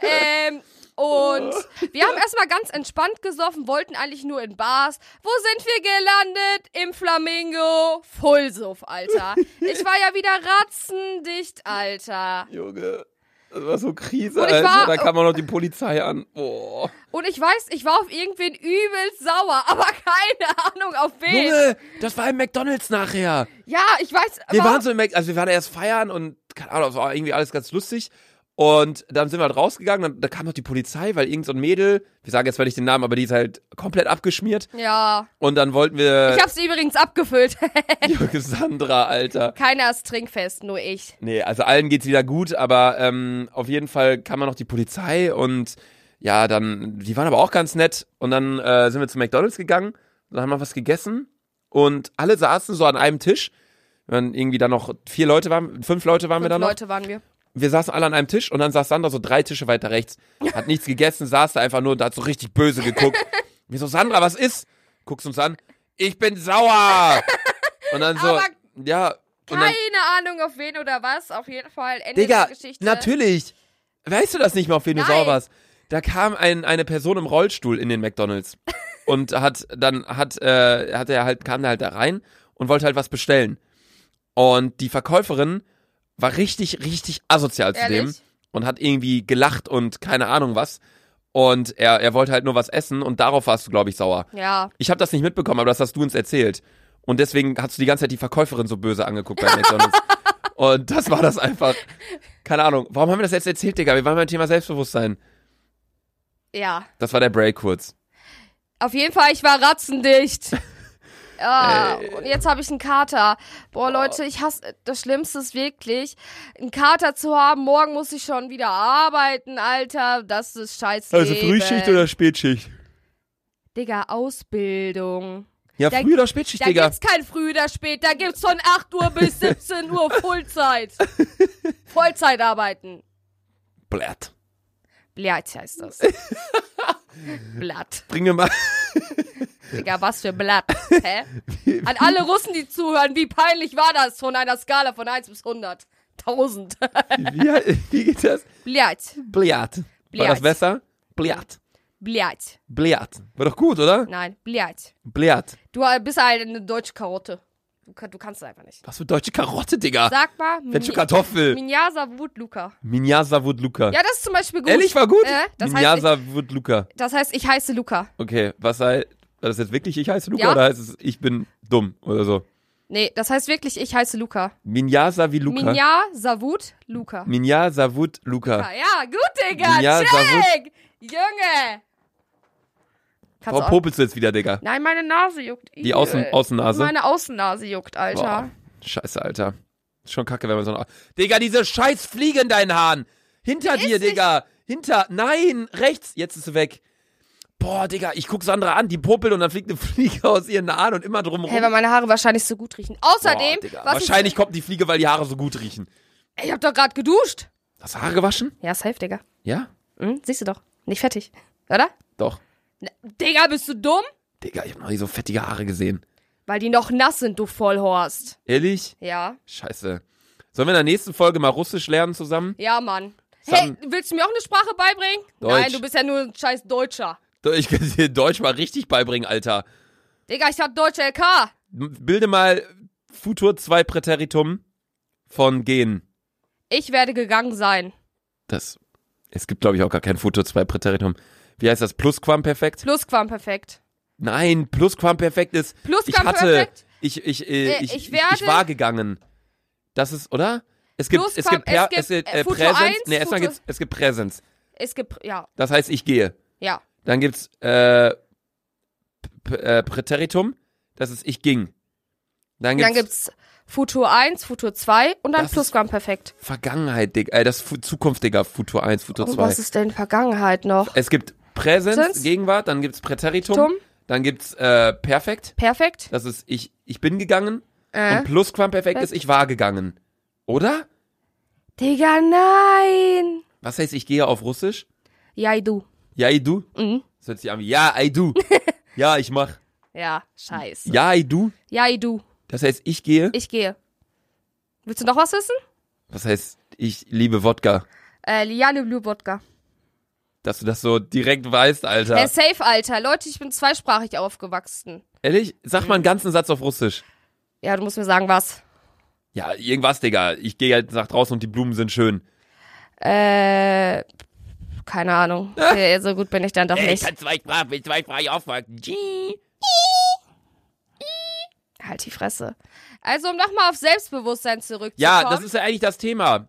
[SPEAKER 2] Ähm, und wir haben erstmal ganz entspannt gesoffen, wollten eigentlich nur in Bars. Wo sind wir gelandet? Im Flamingo. Fullsuff, Alter. Ich war ja wieder ratzendicht, Alter.
[SPEAKER 1] Junge, das war so Krise,
[SPEAKER 2] Und ich war-
[SPEAKER 1] Alter. Da kam auch noch die Polizei an. Oh. Boah.
[SPEAKER 2] Und ich weiß, ich war auf irgendwen übelst sauer, aber keine Ahnung auf wen.
[SPEAKER 1] Junge, das war im McDonalds nachher.
[SPEAKER 2] Ja, ich weiß.
[SPEAKER 1] Wir
[SPEAKER 2] aber-
[SPEAKER 1] waren so im Mac, also wir waren erst feiern und keine Ahnung, es war irgendwie alles ganz lustig. Und dann sind wir halt rausgegangen, dann, da kam noch die Polizei, weil irgend so ein Mädel, wir sagen jetzt völlig den Namen, aber die ist halt komplett abgeschmiert.
[SPEAKER 2] Ja.
[SPEAKER 1] Und dann wollten wir
[SPEAKER 2] Ich hab's übrigens abgefüllt.
[SPEAKER 1] Jürgen Sandra, Alter.
[SPEAKER 2] Keiner ist trinkfest, nur ich.
[SPEAKER 1] Nee, also allen geht's wieder gut, aber ähm, auf jeden Fall kam man noch die Polizei und ja, dann, die waren aber auch ganz nett. Und dann äh, sind wir zu McDonalds gegangen, dann haben wir was gegessen und alle saßen so an einem Tisch. Dann irgendwie dann noch vier Leute waren, fünf Leute waren wir
[SPEAKER 2] Fünf
[SPEAKER 1] dann noch.
[SPEAKER 2] Leute waren wir.
[SPEAKER 1] wir saßen alle an einem Tisch und dann saß Sandra so drei Tische weiter rechts, hat nichts gegessen, saß da einfach nur und hat so richtig böse geguckt. Mir so, Sandra, was ist? Guckst uns an, ich bin sauer. Und dann so,
[SPEAKER 2] Aber
[SPEAKER 1] ja. Und
[SPEAKER 2] Keine
[SPEAKER 1] dann,
[SPEAKER 2] Ahnung auf wen oder was. Auf jeden Fall Ende
[SPEAKER 1] Digga,
[SPEAKER 2] der Geschichte.
[SPEAKER 1] natürlich. Weißt du das nicht mal, auf wen du
[SPEAKER 2] Nein.
[SPEAKER 1] sauer warst? Da kam ein, eine Person im Rollstuhl in den McDonalds und hat dann hat, äh, hat er halt, kam da halt da rein und wollte halt was bestellen. Und die Verkäuferin war richtig, richtig asozial zu dem
[SPEAKER 2] Ehrlich?
[SPEAKER 1] und hat irgendwie gelacht und keine Ahnung was. Und er, er wollte halt nur was essen und darauf warst du, glaube ich, sauer.
[SPEAKER 2] Ja.
[SPEAKER 1] Ich habe das nicht mitbekommen, aber das hast du uns erzählt. Und deswegen hast du die ganze Zeit die Verkäuferin so böse angeguckt bei McDonalds. Und das war das einfach. Keine Ahnung. Warum haben wir das jetzt erzählt, Digga? Wir waren beim Thema Selbstbewusstsein.
[SPEAKER 2] Ja.
[SPEAKER 1] Das war der Break kurz.
[SPEAKER 2] Auf jeden Fall, ich war ratzendicht. Ja,
[SPEAKER 1] Ey.
[SPEAKER 2] und jetzt habe ich einen Kater. Boah, Leute, ich hasse, das Schlimmste ist wirklich, einen Kater zu haben. Morgen muss ich schon wieder arbeiten, Alter. Das ist
[SPEAKER 1] Also
[SPEAKER 2] scheiße.
[SPEAKER 1] Spätschicht?
[SPEAKER 2] Digga, Ausbildung.
[SPEAKER 1] Ja,
[SPEAKER 2] Da-
[SPEAKER 1] früh oder Spätschicht,
[SPEAKER 2] Da
[SPEAKER 1] Digga.
[SPEAKER 2] gibt's kein Früh oder Spät, da gibt's von 8 Uhr bis 17 Uhr Vollzeit. Vollzeit arbeiten.
[SPEAKER 1] Blatt.
[SPEAKER 2] Blatt heißt das. Blatt.
[SPEAKER 1] Bring mir mal.
[SPEAKER 2] Digga, was für Blatt. Hä? An alle Russen, die zuhören, wie peinlich war das von einer Skala von 1 bis 100? 1000.
[SPEAKER 1] Wie, wie geht das?
[SPEAKER 2] Blatt.
[SPEAKER 1] Blatt. War
[SPEAKER 2] Blatt.
[SPEAKER 1] das besser? Blatt.
[SPEAKER 2] Blatt.
[SPEAKER 1] Blatt. War doch gut, oder?
[SPEAKER 2] Nein, Blatt.
[SPEAKER 1] Blatt.
[SPEAKER 2] Du äh, bist halt eine deutsche Karotte. Du, kann- du kannst es einfach nicht.
[SPEAKER 1] Was für deutsche Karotte, Digga.
[SPEAKER 2] Sag mal,
[SPEAKER 1] Wenn schon Kartoffel.
[SPEAKER 2] Minyasa Wut Luca.
[SPEAKER 1] Minyasa Wut Luca.
[SPEAKER 2] Ja, das ist zum Beispiel gut.
[SPEAKER 1] Ehrlich, war gut?
[SPEAKER 2] Äh, das, heißt,
[SPEAKER 1] Minyasa Wut Luca.
[SPEAKER 2] ich, das heißt, ich heiße Luca.
[SPEAKER 1] Okay, was sei. War das jetzt wirklich, ich heiße Luca
[SPEAKER 2] Ja.
[SPEAKER 1] oder heißt es, ich bin dumm oder so?
[SPEAKER 2] Nee, das heißt wirklich, ich heiße Luca.
[SPEAKER 1] Minja Saviluka. Luca.
[SPEAKER 2] Minja Savut Luca.
[SPEAKER 1] Minja Savut Luca.
[SPEAKER 2] Ja, ja, gut, Digga.
[SPEAKER 1] Minja
[SPEAKER 2] check! Junge! Kannst
[SPEAKER 1] Warum
[SPEAKER 2] auch-
[SPEAKER 1] popelst du jetzt wieder, Digga?
[SPEAKER 2] Nein, meine Nase juckt.
[SPEAKER 1] Die Außen-
[SPEAKER 2] Äh,
[SPEAKER 1] Außennase?
[SPEAKER 2] Meine Außennase juckt,
[SPEAKER 1] Boah,
[SPEAKER 2] Alter.
[SPEAKER 1] scheiße, Alter. Ist schon kacke, wenn man so eine... Digga, diese scheiß Fliege in deinen Haaren. Hinter dir,
[SPEAKER 2] nicht-
[SPEAKER 1] Digga. Hinter. Nein, rechts. Jetzt ist sie weg. Boah, Digga, ich guck Sandra an, die popelt und dann fliegt eine Fliege aus ihren Haaren und immer drum rum.
[SPEAKER 2] Hey, weil meine Haare wahrscheinlich so gut riechen. Außerdem,
[SPEAKER 1] Boah, Digga.
[SPEAKER 2] was
[SPEAKER 1] Wahrscheinlich kommt die Fliege, weil die Haare so gut riechen.
[SPEAKER 2] ich, ich hab doch gerade geduscht.
[SPEAKER 1] Hast du Haare gewaschen?
[SPEAKER 2] Ja, safe, Digga.
[SPEAKER 1] Ja?
[SPEAKER 2] Hm? Siehst du doch. Nicht fertig. Oder?
[SPEAKER 1] Doch.
[SPEAKER 2] Na, Digga, bist du dumm?
[SPEAKER 1] Digga, ich hab noch nie so fettige Haare gesehen.
[SPEAKER 2] Weil die noch nass sind, du Vollhorst.
[SPEAKER 1] Ehrlich?
[SPEAKER 2] Ja.
[SPEAKER 1] Scheiße. Sollen wir in der nächsten Folge mal Russisch lernen zusammen?
[SPEAKER 2] Ja, Mann. Hey,
[SPEAKER 1] Sam-
[SPEAKER 2] willst du mir auch eine Sprache beibringen?
[SPEAKER 1] Deutsch.
[SPEAKER 2] Nein, du bist ja nur ein scheiß Deutscher.
[SPEAKER 1] Ich kann dir Deutsch mal richtig beibringen, Alter.
[SPEAKER 2] Digga, ich hab Deutsch LK.
[SPEAKER 1] M- Bilde mal Futur 2 Präteritum von gehen.
[SPEAKER 2] Ich werde gegangen sein.
[SPEAKER 1] Das. Es gibt, glaube ich, auch gar kein Futur 2 Präteritum. Wie heißt das? Plusquamperfekt?
[SPEAKER 2] Plusquamperfekt.
[SPEAKER 1] Nein, Plusquamperfekt ist. Ich hatte.
[SPEAKER 2] Plusquamperfekt.
[SPEAKER 1] Ich, ich, äh,
[SPEAKER 2] Äh,
[SPEAKER 1] ich,
[SPEAKER 2] ich
[SPEAKER 1] ich,
[SPEAKER 2] werde-
[SPEAKER 1] ich war gegangen. Das ist, oder? Es gibt, es
[SPEAKER 2] Plusquam-
[SPEAKER 1] gibt, per,
[SPEAKER 2] es gibt,
[SPEAKER 1] es gibt
[SPEAKER 2] äh,
[SPEAKER 1] äh,
[SPEAKER 2] Futur
[SPEAKER 1] Präsens.
[SPEAKER 2] eins,
[SPEAKER 1] nee, erstmal
[SPEAKER 2] Futur-
[SPEAKER 1] gibt's, es gibt Präsens.
[SPEAKER 2] Es gibt, ja,
[SPEAKER 1] Das heißt, ich gehe.
[SPEAKER 2] ja.
[SPEAKER 1] Dann gibt's äh, p- äh, Präteritum. Das ist ich ging. Dann gibt's,
[SPEAKER 2] Dann gibt's Futur 1, Futur 2 und dann
[SPEAKER 1] Das ist-
[SPEAKER 2] Plusquamperfekt.
[SPEAKER 1] Vergangenheit, Digga. Äh, das Fu Zukunft, Digga. Futur 1, Futur Äh,
[SPEAKER 2] Und
[SPEAKER 1] 2.
[SPEAKER 2] Oh, was ist denn Vergangenheit noch?
[SPEAKER 1] Es gibt Präsens,
[SPEAKER 2] Präsens.
[SPEAKER 1] Gegenwart, dann gibt's Präteritum,
[SPEAKER 2] Tum?
[SPEAKER 1] dann gibt's äh, Perfekt,
[SPEAKER 2] Perfekt?
[SPEAKER 1] das ist ich, ich bin gegangen
[SPEAKER 2] Äh.
[SPEAKER 1] und Plusquamperfekt ist ich war gegangen. Oder?
[SPEAKER 2] Digga, nein!
[SPEAKER 1] Was heißt ich gehe auf Russisch?
[SPEAKER 2] Ja, du.
[SPEAKER 1] Ja, I do.
[SPEAKER 2] Mhm.
[SPEAKER 1] Das hört sich an wie ja, I do. ja, ich mach.
[SPEAKER 2] Ja, scheiße.
[SPEAKER 1] Ja, I do.
[SPEAKER 2] Ja, du.
[SPEAKER 1] Das heißt ich gehe.
[SPEAKER 2] Ich gehe. Willst du noch was wissen?
[SPEAKER 1] Das heißt ich liebe Wodka.
[SPEAKER 2] Äh, Liane Blue Wodka.
[SPEAKER 1] Dass du das so direkt weißt, Alter.
[SPEAKER 2] Äh, safe, Alter. Leute, ich bin zweisprachig aufgewachsen.
[SPEAKER 1] Ehrlich? Sag mal einen ganzen Satz auf Russisch.
[SPEAKER 2] Ja, du musst mir sagen, was.
[SPEAKER 1] Ja, irgendwas, Digga. Ich gehe halt nach draußen und die Blumen sind schön.
[SPEAKER 2] Äh, keine Ahnung. Äh, so gut bin ich dann doch
[SPEAKER 1] Ey, ich
[SPEAKER 2] nicht.
[SPEAKER 1] kann zwei Sprachen, bin zweisprachig aufwachsen. Gee.
[SPEAKER 2] Halt die Fresse. Also, um nochmal auf Selbstbewusstsein zurückzukommen.
[SPEAKER 1] Ja, das ist ja eigentlich das Thema.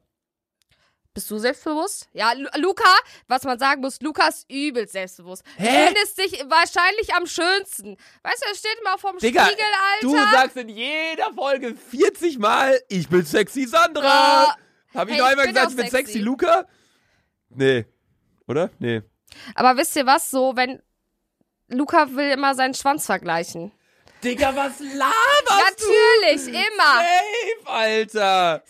[SPEAKER 2] Bist du selbstbewusst? Ja, Lu Luca, was man sagen muss, Luca ist übelst selbstbewusst.
[SPEAKER 1] Hä?
[SPEAKER 2] Du findest dich wahrscheinlich am schönsten. Weißt du, er steht immer vorm
[SPEAKER 1] Digga,
[SPEAKER 2] Spiegel, Alter.
[SPEAKER 1] du sagst in jeder Folge 40 Mal, ich bin sexy Sandra.
[SPEAKER 2] Ja.
[SPEAKER 1] Hab ich
[SPEAKER 2] Hey,
[SPEAKER 1] noch
[SPEAKER 2] ich
[SPEAKER 1] einmal
[SPEAKER 2] bin
[SPEAKER 1] gesagt,
[SPEAKER 2] auch
[SPEAKER 1] ich bin
[SPEAKER 2] sexy.
[SPEAKER 1] sexy Luca? Nee. Oder? Nee.
[SPEAKER 2] Aber wisst ihr was, so, wenn... Luca will immer seinen Schwanz vergleichen.
[SPEAKER 1] Digga, was laberst
[SPEAKER 2] Natürlich, immer,
[SPEAKER 1] Safe, Alter.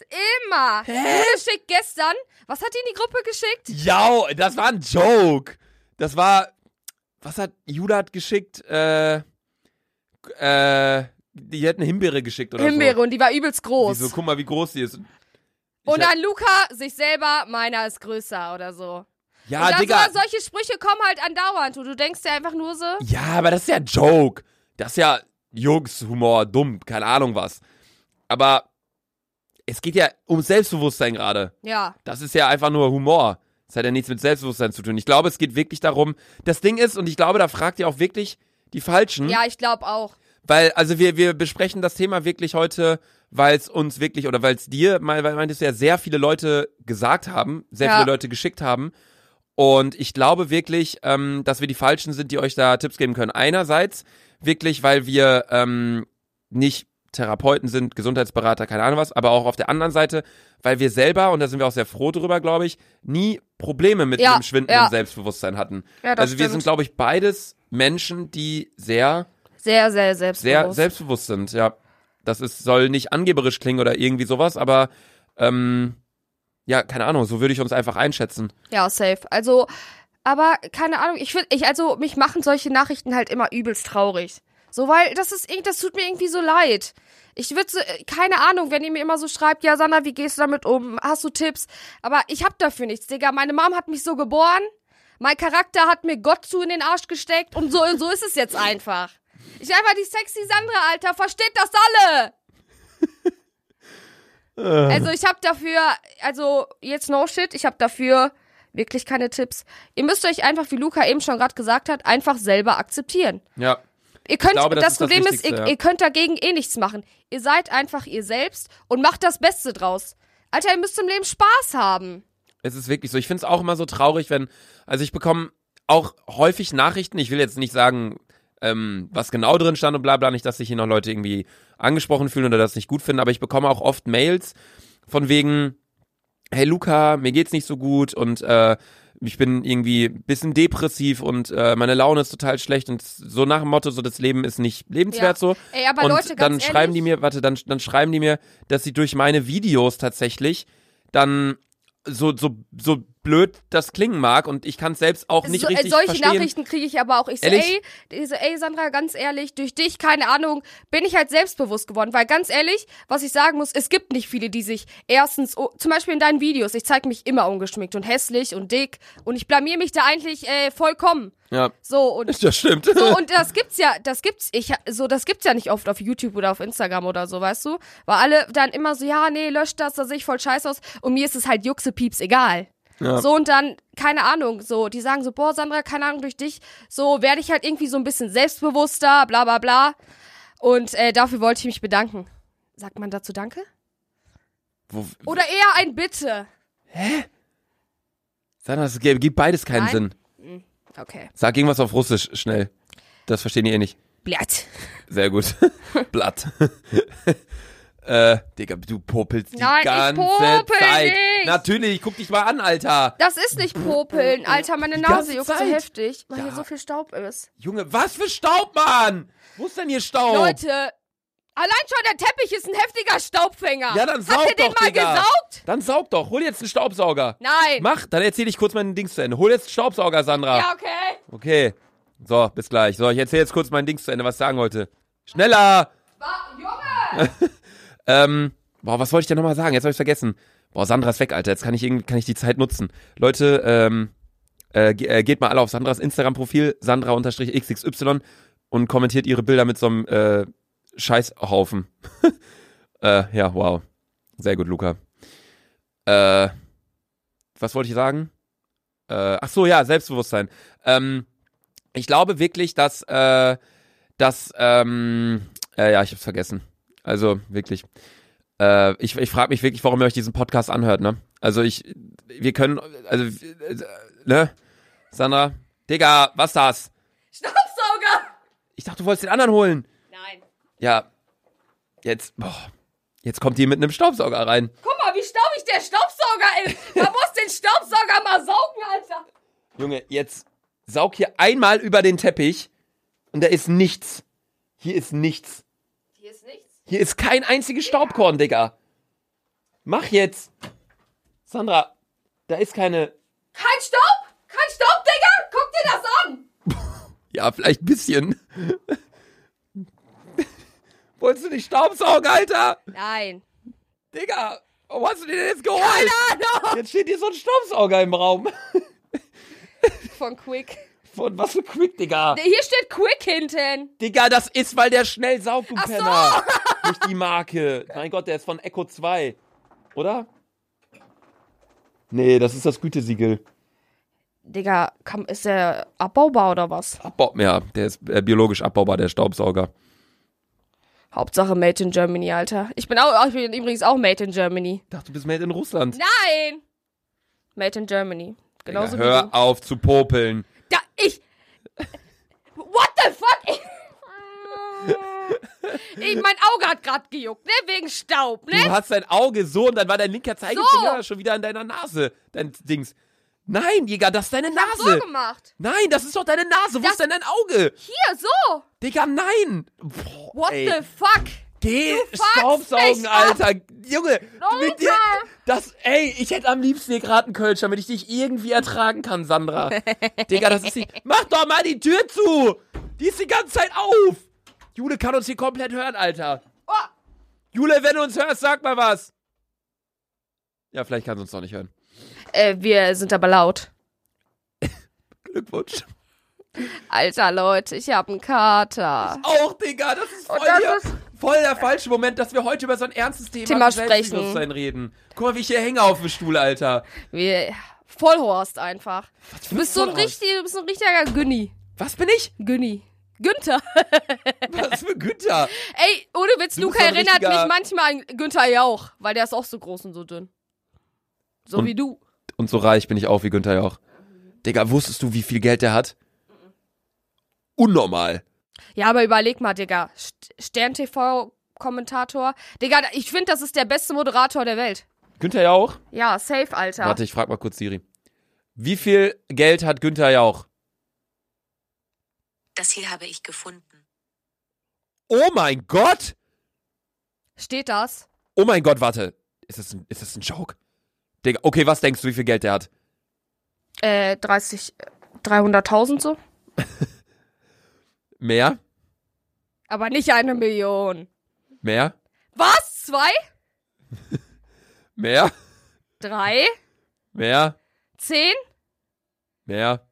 [SPEAKER 2] immer. Hä? Geschickt gestern. Was hat die in die Gruppe geschickt?
[SPEAKER 1] Ja, das war ein Joke. Das war, was hat, Judah hat geschickt, äh, äh, die hat eine Himbeere geschickt oder
[SPEAKER 2] Himbeere
[SPEAKER 1] so.
[SPEAKER 2] und die war übelst groß.
[SPEAKER 1] Die so, guck mal, wie groß die ist.
[SPEAKER 2] und
[SPEAKER 1] Ich hab-
[SPEAKER 2] dann Luca, sich selber, meiner ist größer oder so.
[SPEAKER 1] ja,
[SPEAKER 2] und dann
[SPEAKER 1] Ah, Digga. Mhm.
[SPEAKER 2] So, solche Sprüche kommen halt andauernd und du denkst dir einfach nur so...
[SPEAKER 1] Ja, aber das ist ja ein Joke. Das ist ja Jux-Humor, dumm, keine Ahnung was. Aber es geht ja um Selbstbewusstsein gerade.
[SPEAKER 2] Ja,
[SPEAKER 1] Das ist ja einfach nur Humor. Das hat ja nichts mit Selbstbewusstsein zu tun. Ich glaube, es geht wirklich darum, das Ding ist, und ich glaube, da fragt ihr auch wirklich die Falschen.
[SPEAKER 2] ja, ich glaube auch.
[SPEAKER 1] Weil, also wir, wir besprechen das Thema wirklich heute, weil es uns wirklich, oder weil es dir, mein- weil meintest du ja, sehr viele Leute gesagt haben, sehr
[SPEAKER 2] Ja.
[SPEAKER 1] viele Leute geschickt haben. Und ich glaube wirklich, ähm, dass wir die Falschen sind, die euch da Tipps geben können. Einerseits wirklich, weil wir ähm, nicht Therapeuten sind, Gesundheitsberater, keine Ahnung was, aber auch auf der anderen Seite, weil wir selber, und da sind wir auch sehr froh drüber, glaube ich, nie Probleme mit
[SPEAKER 2] Ja,
[SPEAKER 1] dem schwindenden
[SPEAKER 2] ja.
[SPEAKER 1] Selbstbewusstsein hatten.
[SPEAKER 2] Ja, das
[SPEAKER 1] also wir
[SPEAKER 2] stimmt.
[SPEAKER 1] sind, glaube ich, beides Menschen, die sehr
[SPEAKER 2] Sehr, sehr selbstbewusst.
[SPEAKER 1] sehr selbstbewusst sind, ja. Das ist, soll nicht angeberisch klingen oder irgendwie sowas, aber ähm, ja, keine Ahnung, so würde ich uns einfach einschätzen.
[SPEAKER 2] ja, safe. Also, aber keine Ahnung, ich finde, ich, also, mich machen solche Nachrichten halt immer übelst traurig. So, weil das ist irgendwie, das tut mir irgendwie so leid. Ich würde so, äh, keine Ahnung, wenn ihr mir immer so schreibt, ja, Sandra, wie gehst du damit um? Hast du Tipps? Aber ich hab dafür nichts, Digga. Meine Mom hat mich so geboren. Mein Charakter hat mir Gott zu in den Arsch gesteckt. Und so, und so ist es jetzt einfach. Ich bin einfach die sexy Sandra, Alter. Versteht das alle? Also ich habe dafür, also jetzt no shit, ich habe dafür wirklich keine Tipps. Ihr müsst euch einfach, wie Luca eben schon gerade gesagt hat, einfach selber akzeptieren.
[SPEAKER 1] Ja.
[SPEAKER 2] Ihr könnt,
[SPEAKER 1] glaube, das
[SPEAKER 2] das,
[SPEAKER 1] ist das
[SPEAKER 2] Problem ist,
[SPEAKER 1] Wichtigste,
[SPEAKER 2] ihr,
[SPEAKER 1] ja.
[SPEAKER 2] ihr könnt dagegen eh nichts machen. Ihr seid einfach ihr selbst und macht das Beste draus. Alter, ihr müsst im Leben Spaß haben.
[SPEAKER 1] Es ist wirklich so. Ich finde es auch immer so traurig, wenn, also ich bekomme auch häufig Nachrichten, ich will jetzt nicht sagen, ähm, was genau drin stand und bla bla, nicht, dass sich hier noch Leute irgendwie angesprochen fühlen oder das nicht gut finden, aber ich bekomme auch oft Mails von wegen, hey Luca, mir geht's nicht so gut und äh, ich bin irgendwie ein bisschen depressiv und äh, meine Laune ist total schlecht und so nach dem Motto, so das Leben ist nicht lebenswert so.
[SPEAKER 2] Ey, aber
[SPEAKER 1] und
[SPEAKER 2] Leute, ganz
[SPEAKER 1] dann
[SPEAKER 2] ehrlich,
[SPEAKER 1] schreiben die mir, warte, dann, dann schreiben die mir, dass sie durch meine Videos tatsächlich dann so, so, so blöd das klingen mag und ich kann es selbst auch nicht
[SPEAKER 2] so, äh,
[SPEAKER 1] richtig
[SPEAKER 2] solche
[SPEAKER 1] verstehen.
[SPEAKER 2] Nachrichten kriege ich aber auch. Ich so,
[SPEAKER 1] Ehrlich?
[SPEAKER 2] ey, ich so, ey, Sandra, ganz ehrlich, durch dich, keine Ahnung, bin ich halt selbstbewusst geworden. Weil ganz ehrlich, was ich sagen muss, es gibt nicht viele, die sich erstens, oh, zum Beispiel in deinen Videos, ich zeige mich immer ungeschminkt und hässlich und dick und ich blamier mich da eigentlich äh, vollkommen.
[SPEAKER 1] ja,
[SPEAKER 2] So und
[SPEAKER 1] das stimmt.
[SPEAKER 2] so und das gibt's ja, das gibt's ich so das gibt's ja nicht oft auf YouTube oder auf Instagram oder so, weißt du? Weil alle dann immer so, ja, nee, löscht das, da sehe ich voll scheiße aus und mir ist es halt Juxepieps egal.
[SPEAKER 1] Ja.
[SPEAKER 2] So und dann keine Ahnung, so die sagen so, boah, Sandra, keine Ahnung durch dich, so werde ich halt irgendwie so ein bisschen selbstbewusster, bla bla bla. Und äh, dafür wollte ich mich bedanken. Sagt man dazu Danke?
[SPEAKER 1] Wo,
[SPEAKER 2] Oder eher ein Bitte.
[SPEAKER 1] Sandra, das gibt gibt beides keinen
[SPEAKER 2] Nein.
[SPEAKER 1] Sinn.
[SPEAKER 2] Okay.
[SPEAKER 1] Sag irgendwas auf Russisch schnell. Das verstehen die eh nicht.
[SPEAKER 2] Blatt.
[SPEAKER 1] Sehr gut. Blatt. äh, Digga, du popelst die
[SPEAKER 2] Nein, ich
[SPEAKER 1] ganze
[SPEAKER 2] popel
[SPEAKER 1] Zeit.
[SPEAKER 2] nicht.
[SPEAKER 1] Natürlich, guck dich mal an, Alter.
[SPEAKER 2] Das ist nicht Popeln, Alter, meine
[SPEAKER 1] Die
[SPEAKER 2] Nase
[SPEAKER 1] ganze
[SPEAKER 2] juckt so
[SPEAKER 1] Zeit.
[SPEAKER 2] heftig, weil
[SPEAKER 1] Ja.
[SPEAKER 2] hier so viel Staub ist.
[SPEAKER 1] Junge, was für Staub, Mann? Wo ist denn hier Staub?
[SPEAKER 2] Leute, allein schon der Teppich ist ein heftiger Staubfänger.
[SPEAKER 1] Ja, dann saug
[SPEAKER 2] Habt ihr den
[SPEAKER 1] doch,
[SPEAKER 2] mal
[SPEAKER 1] Digga.
[SPEAKER 2] gesaugt?
[SPEAKER 1] Dann saug doch, hol jetzt einen Staubsauger.
[SPEAKER 2] Nein.
[SPEAKER 1] Mach, dann erzähl ich kurz mein Dings zu Ende. Hol jetzt einen Staubsauger, Sandra.
[SPEAKER 2] ja, okay.
[SPEAKER 1] Okay. So, bis gleich. So, ich erzähl jetzt kurz mein Dings zu Ende, was ich sagen wollte. Schneller!
[SPEAKER 2] Wa- Junge!
[SPEAKER 1] Ähm, boah, was wollte ich denn nochmal sagen? Jetzt habe ich vergessen. Boah, Sandra ist weg, Alter. Jetzt kann ich, irgendwie- kann ich die Zeit nutzen. Leute, ähm, äh, ge- äh, geht mal alle auf Sandras Instagram-Profil, sandra-xxy und kommentiert ihre Bilder mit so einem äh, Scheißhaufen. äh, ja, wow. Sehr gut, Luca. Äh, was wollte ich sagen? Äh, ach so, ja, Selbstbewusstsein. Ähm, ich glaube wirklich, dass, äh, dass, ähm, äh, ja, ich hab's vergessen. Also wirklich. Äh, ich ich frage mich wirklich, warum ihr euch diesen Podcast anhört, ne? Also ich, wir können, also, äh, ne? Sandra, Digga, was das?
[SPEAKER 2] Staubsauger!
[SPEAKER 1] Ich dachte, du wolltest den anderen holen.
[SPEAKER 2] Nein.
[SPEAKER 1] Ja, jetzt, boah, jetzt kommt die mit einem Staubsauger rein.
[SPEAKER 2] Guck mal, wie staubig der Staubsauger ist. Man muss den Staubsauger mal saugen, Alter.
[SPEAKER 1] Junge, jetzt saug hier einmal über den Teppich und da ist nichts. Hier ist nichts.
[SPEAKER 2] Hier ist nichts.
[SPEAKER 1] Hier ist kein einziges Staubkorn, Digga. Mach jetzt. Sandra, da ist keine,
[SPEAKER 2] Kein Staub! Kein Staub, Digga! Guck dir das an!
[SPEAKER 1] Ja, vielleicht ein bisschen. Wolltest du nicht Staubsaugen, Alter?
[SPEAKER 2] Nein.
[SPEAKER 1] Digga, wo hast du den denn jetzt geholt? Keine Ahnung. Jetzt steht hier so ein Staubsauger im Raum.
[SPEAKER 2] Von Quick.
[SPEAKER 1] Von was für Quick, Digga.
[SPEAKER 2] Hier steht Quick hinten.
[SPEAKER 1] Digga, das ist, weil der schnell saugt, du
[SPEAKER 2] Ach so.
[SPEAKER 1] Penner. Nicht die Marke. Mein Gott, der ist von Echo 2. Oder? Nee, das ist das Gütesiegel.
[SPEAKER 2] Digga, komm, ist der abbaubar oder was?
[SPEAKER 1] Abbau ja, der ist äh, biologisch abbaubar, der Staubsauger.
[SPEAKER 2] Hauptsache Made in Germany, Alter. Ich bin, auch, ich bin übrigens auch Made in Germany.
[SPEAKER 1] Ich dachte, du bist made in Russland.
[SPEAKER 2] Nein! Made in Germany.
[SPEAKER 1] Digga,
[SPEAKER 2] Genauso wie
[SPEAKER 1] hör
[SPEAKER 2] du.
[SPEAKER 1] auf zu popeln.
[SPEAKER 2] Da, ich. What the fuck? Ich, mein Auge hat grad gejuckt, ne? Wegen Staub, ne?
[SPEAKER 1] Du hast dein Auge so und dann war dein linker Zeigefinger
[SPEAKER 2] So.
[SPEAKER 1] schon wieder an deiner Nase. Dein Dings. Nein, Digga, das ist deine
[SPEAKER 2] Hab so
[SPEAKER 1] Nase.
[SPEAKER 2] gemacht.
[SPEAKER 1] nein, das ist doch deine Nase. Wo
[SPEAKER 2] Das-
[SPEAKER 1] ist denn dein Auge?
[SPEAKER 2] Hier, so.
[SPEAKER 1] Digga, nein. Boah,
[SPEAKER 2] What
[SPEAKER 1] ey.
[SPEAKER 2] the fuck?
[SPEAKER 1] Geh
[SPEAKER 2] fuckst
[SPEAKER 1] Staubsaugen,
[SPEAKER 2] mich ab.
[SPEAKER 1] Alter. Junge,
[SPEAKER 2] Leute.
[SPEAKER 1] mit dir. Das, ey, ich hätte am liebsten dir gerade einen Kölsch, damit ich dich irgendwie ertragen kann, Sandra. Digga, das ist nicht. Mach doch mal die Tür zu! Die ist die ganze Zeit auf! Jule kann uns hier komplett hören, Alter.
[SPEAKER 2] Oh,
[SPEAKER 1] Jule, wenn du uns hörst, sag mal was. Ja, vielleicht kann sie uns doch nicht hören.
[SPEAKER 2] äh, wir sind aber laut.
[SPEAKER 1] Glückwunsch.
[SPEAKER 2] Alter, Leute, ich hab einen Kater.
[SPEAKER 1] Auch, Digga, das ist voll,
[SPEAKER 2] Und Oh, das
[SPEAKER 1] hier,
[SPEAKER 2] ist-
[SPEAKER 1] voll der falsche Moment, dass wir heute über so ein ernstes Thema,
[SPEAKER 2] Thema
[SPEAKER 1] wie Selbstbewusstsein reden. Guck mal, wie ich hier hänge auf dem Stuhl, Alter.
[SPEAKER 2] Wir, Vollhorst einfach.
[SPEAKER 1] Was für
[SPEAKER 2] Du bist so ein,
[SPEAKER 1] Vollhorst.
[SPEAKER 2] richtig, du bist so ein richtiger Günni.
[SPEAKER 1] Was bin ich?
[SPEAKER 2] Günni. Günther.
[SPEAKER 1] Was für Günther?
[SPEAKER 2] Ey, ohne Witz,
[SPEAKER 1] Du bist
[SPEAKER 2] Luca
[SPEAKER 1] so ein
[SPEAKER 2] erinnert
[SPEAKER 1] richtiger-
[SPEAKER 2] mich manchmal an Günther Jauch, weil der ist auch so groß und so dünn. So
[SPEAKER 1] Und-
[SPEAKER 2] wie du.
[SPEAKER 1] Und so reich bin ich auch wie Günther Jauch. Digga, wusstest du, wie viel Geld der hat? Unnormal.
[SPEAKER 2] Ja, aber überleg mal, Digga. St- Stern TV-Kommentator. Digga, da- ich finde, das ist der beste Moderator der Welt.
[SPEAKER 1] Günther Jauch?
[SPEAKER 2] Ja, safe, Alter.
[SPEAKER 1] Warte, ich frag mal kurz Siri. Wie viel Geld hat Günther Jauch?
[SPEAKER 3] Das hier habe ich gefunden.
[SPEAKER 1] Oh mein Gott!
[SPEAKER 2] Steht das?
[SPEAKER 1] Oh mein Gott, warte. Ist das ein, ist das ein Joke? Digga, okay, was denkst du, wie viel Geld der hat?
[SPEAKER 2] Äh, 30, äh, 300.000 so?
[SPEAKER 1] Mehr?
[SPEAKER 2] Aber nicht eine Million.
[SPEAKER 1] Mehr?
[SPEAKER 2] Was? Zwei?
[SPEAKER 1] Mehr?
[SPEAKER 2] Drei?
[SPEAKER 1] Mehr?
[SPEAKER 2] Zehn?
[SPEAKER 1] Mehr?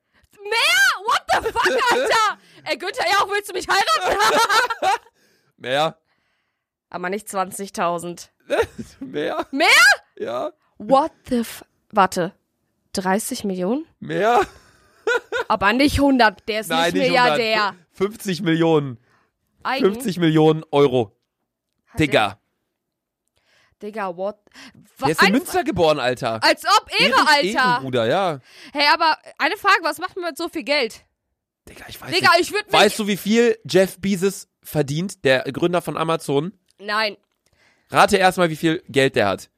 [SPEAKER 2] Ah, what the fuck, Alter? Ey, Günther Jauch, willst du mich heiraten?
[SPEAKER 1] Mehr?
[SPEAKER 2] aber nicht 20.000.
[SPEAKER 1] Mehr?
[SPEAKER 2] Mehr?
[SPEAKER 1] Ja?
[SPEAKER 2] What the f... Warte. 30 Millionen?
[SPEAKER 1] Mehr?
[SPEAKER 2] Aber nicht 100. Der ist
[SPEAKER 1] Nein,
[SPEAKER 2] nicht
[SPEAKER 1] nicht 100.
[SPEAKER 2] Milliardär.
[SPEAKER 1] 50 Millionen.
[SPEAKER 2] Eigen-
[SPEAKER 1] 50 Millionen Euro.
[SPEAKER 2] Hat der-
[SPEAKER 1] Digga.
[SPEAKER 2] Digga, what? Wa-
[SPEAKER 1] Der ist in
[SPEAKER 2] ein-
[SPEAKER 1] Münster geboren, Alter.
[SPEAKER 2] Als ob Ehre,
[SPEAKER 1] Ehre-
[SPEAKER 2] Alter.
[SPEAKER 1] Ehrenbruder, ja.
[SPEAKER 2] Hey, aber eine Frage, was macht man mit so viel Geld?
[SPEAKER 1] Digga, ich weiß
[SPEAKER 2] Digga,
[SPEAKER 1] nicht.
[SPEAKER 2] ich würde mich...
[SPEAKER 1] Weißt du, wie viel Jeff Bezos verdient, der Gründer von Amazon?
[SPEAKER 2] Nein,
[SPEAKER 1] Rate erstmal, wie viel Geld der hat.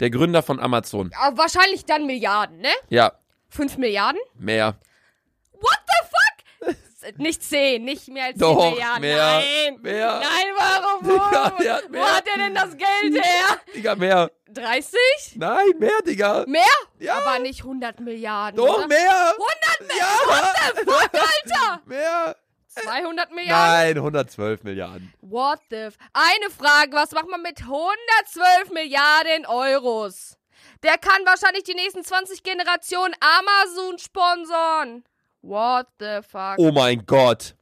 [SPEAKER 1] Der Gründer von Amazon.
[SPEAKER 2] aber wahrscheinlich dann Milliarden, ne?
[SPEAKER 1] Ja,
[SPEAKER 2] 5 Milliarden?
[SPEAKER 1] mehr.
[SPEAKER 2] What the fuck? Nicht 10, nicht mehr als 10
[SPEAKER 1] Doch,
[SPEAKER 2] Milliarden.
[SPEAKER 1] mehr,
[SPEAKER 2] Nein,
[SPEAKER 1] mehr.
[SPEAKER 2] nein, warum?
[SPEAKER 1] Digga, der hat
[SPEAKER 2] Wo
[SPEAKER 1] mehr.
[SPEAKER 2] hat der denn das Geld her?
[SPEAKER 1] Digga, mehr.
[SPEAKER 2] 30?
[SPEAKER 1] Nein, mehr, Digga.
[SPEAKER 2] Mehr?
[SPEAKER 1] Ja.
[SPEAKER 2] Aber nicht 100 Milliarden.
[SPEAKER 1] Doch,
[SPEAKER 2] oder?
[SPEAKER 1] mehr.
[SPEAKER 2] 100 Milliarden,
[SPEAKER 1] Ja,
[SPEAKER 2] Alter!
[SPEAKER 1] mehr.
[SPEAKER 2] 200 Milliarden?
[SPEAKER 1] Nein, 112 Milliarden.
[SPEAKER 2] What the f Eine Frage, was macht man mit 112 Milliarden Euros? Der kann wahrscheinlich die nächsten 20 Generationen Amazon sponsoren. What the fuck?
[SPEAKER 1] Oh mein Gott.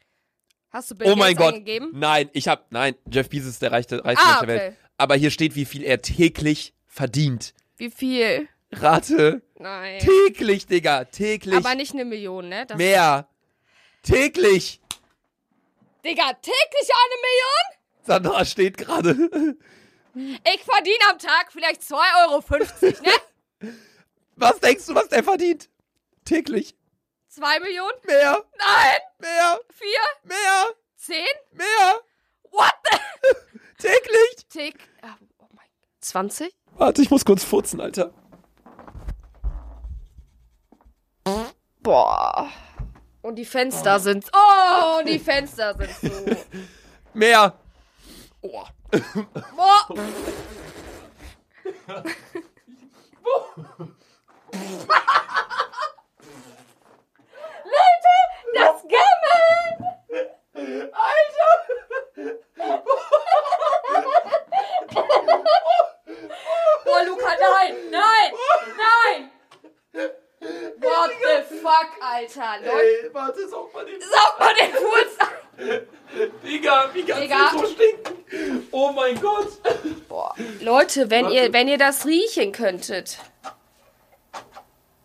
[SPEAKER 2] Hast du Bill
[SPEAKER 1] oh mein
[SPEAKER 2] Gates
[SPEAKER 1] Gott.
[SPEAKER 2] angegeben?
[SPEAKER 1] Nein, ich hab, nein, Jeff Bezos ist der reichste, reichste
[SPEAKER 2] Ah,
[SPEAKER 1] Mensch der
[SPEAKER 2] okay.
[SPEAKER 1] Welt. Aber hier steht, wie viel er täglich verdient.
[SPEAKER 2] Wie viel?
[SPEAKER 1] Rate.
[SPEAKER 2] Nein.
[SPEAKER 1] Täglich, Digga, täglich.
[SPEAKER 2] Aber nicht eine Million, ne? Das
[SPEAKER 1] mehr. Täglich.
[SPEAKER 2] Digga, täglich eine
[SPEAKER 1] Sandra steht gerade.
[SPEAKER 2] Million? Ich verdiene am Tag vielleicht 2,50 Euro, ne?
[SPEAKER 1] Was denkst du, was der verdient? Täglich.
[SPEAKER 2] 2 Millionen?
[SPEAKER 1] Mehr,
[SPEAKER 2] Nein!
[SPEAKER 1] mehr,
[SPEAKER 2] 4?
[SPEAKER 1] mehr,
[SPEAKER 2] 10?
[SPEAKER 1] mehr.
[SPEAKER 2] What the?
[SPEAKER 1] Täglich.
[SPEAKER 2] Tick. Ah, Oh mein 20?
[SPEAKER 1] Warte, ich muss kurz furzen, Alter.
[SPEAKER 2] Boah. Und die Fenster sind. Oh, und die Fenster sind so.
[SPEAKER 1] Mehr. Oh.
[SPEAKER 2] Boah. Leute, das Gammeln! Alter! Boah, Luca, nein! Nein! Nein! What the fuck, Alter? Leute,
[SPEAKER 1] Ey, warte, sag mal den
[SPEAKER 2] saug mal den Furz an!
[SPEAKER 1] Digga, wie kannst
[SPEAKER 2] Digga.
[SPEAKER 1] du so stinken? Oh mein Gott.
[SPEAKER 2] Boah, Leute, wenn ihr, wenn ihr das riechen könntet.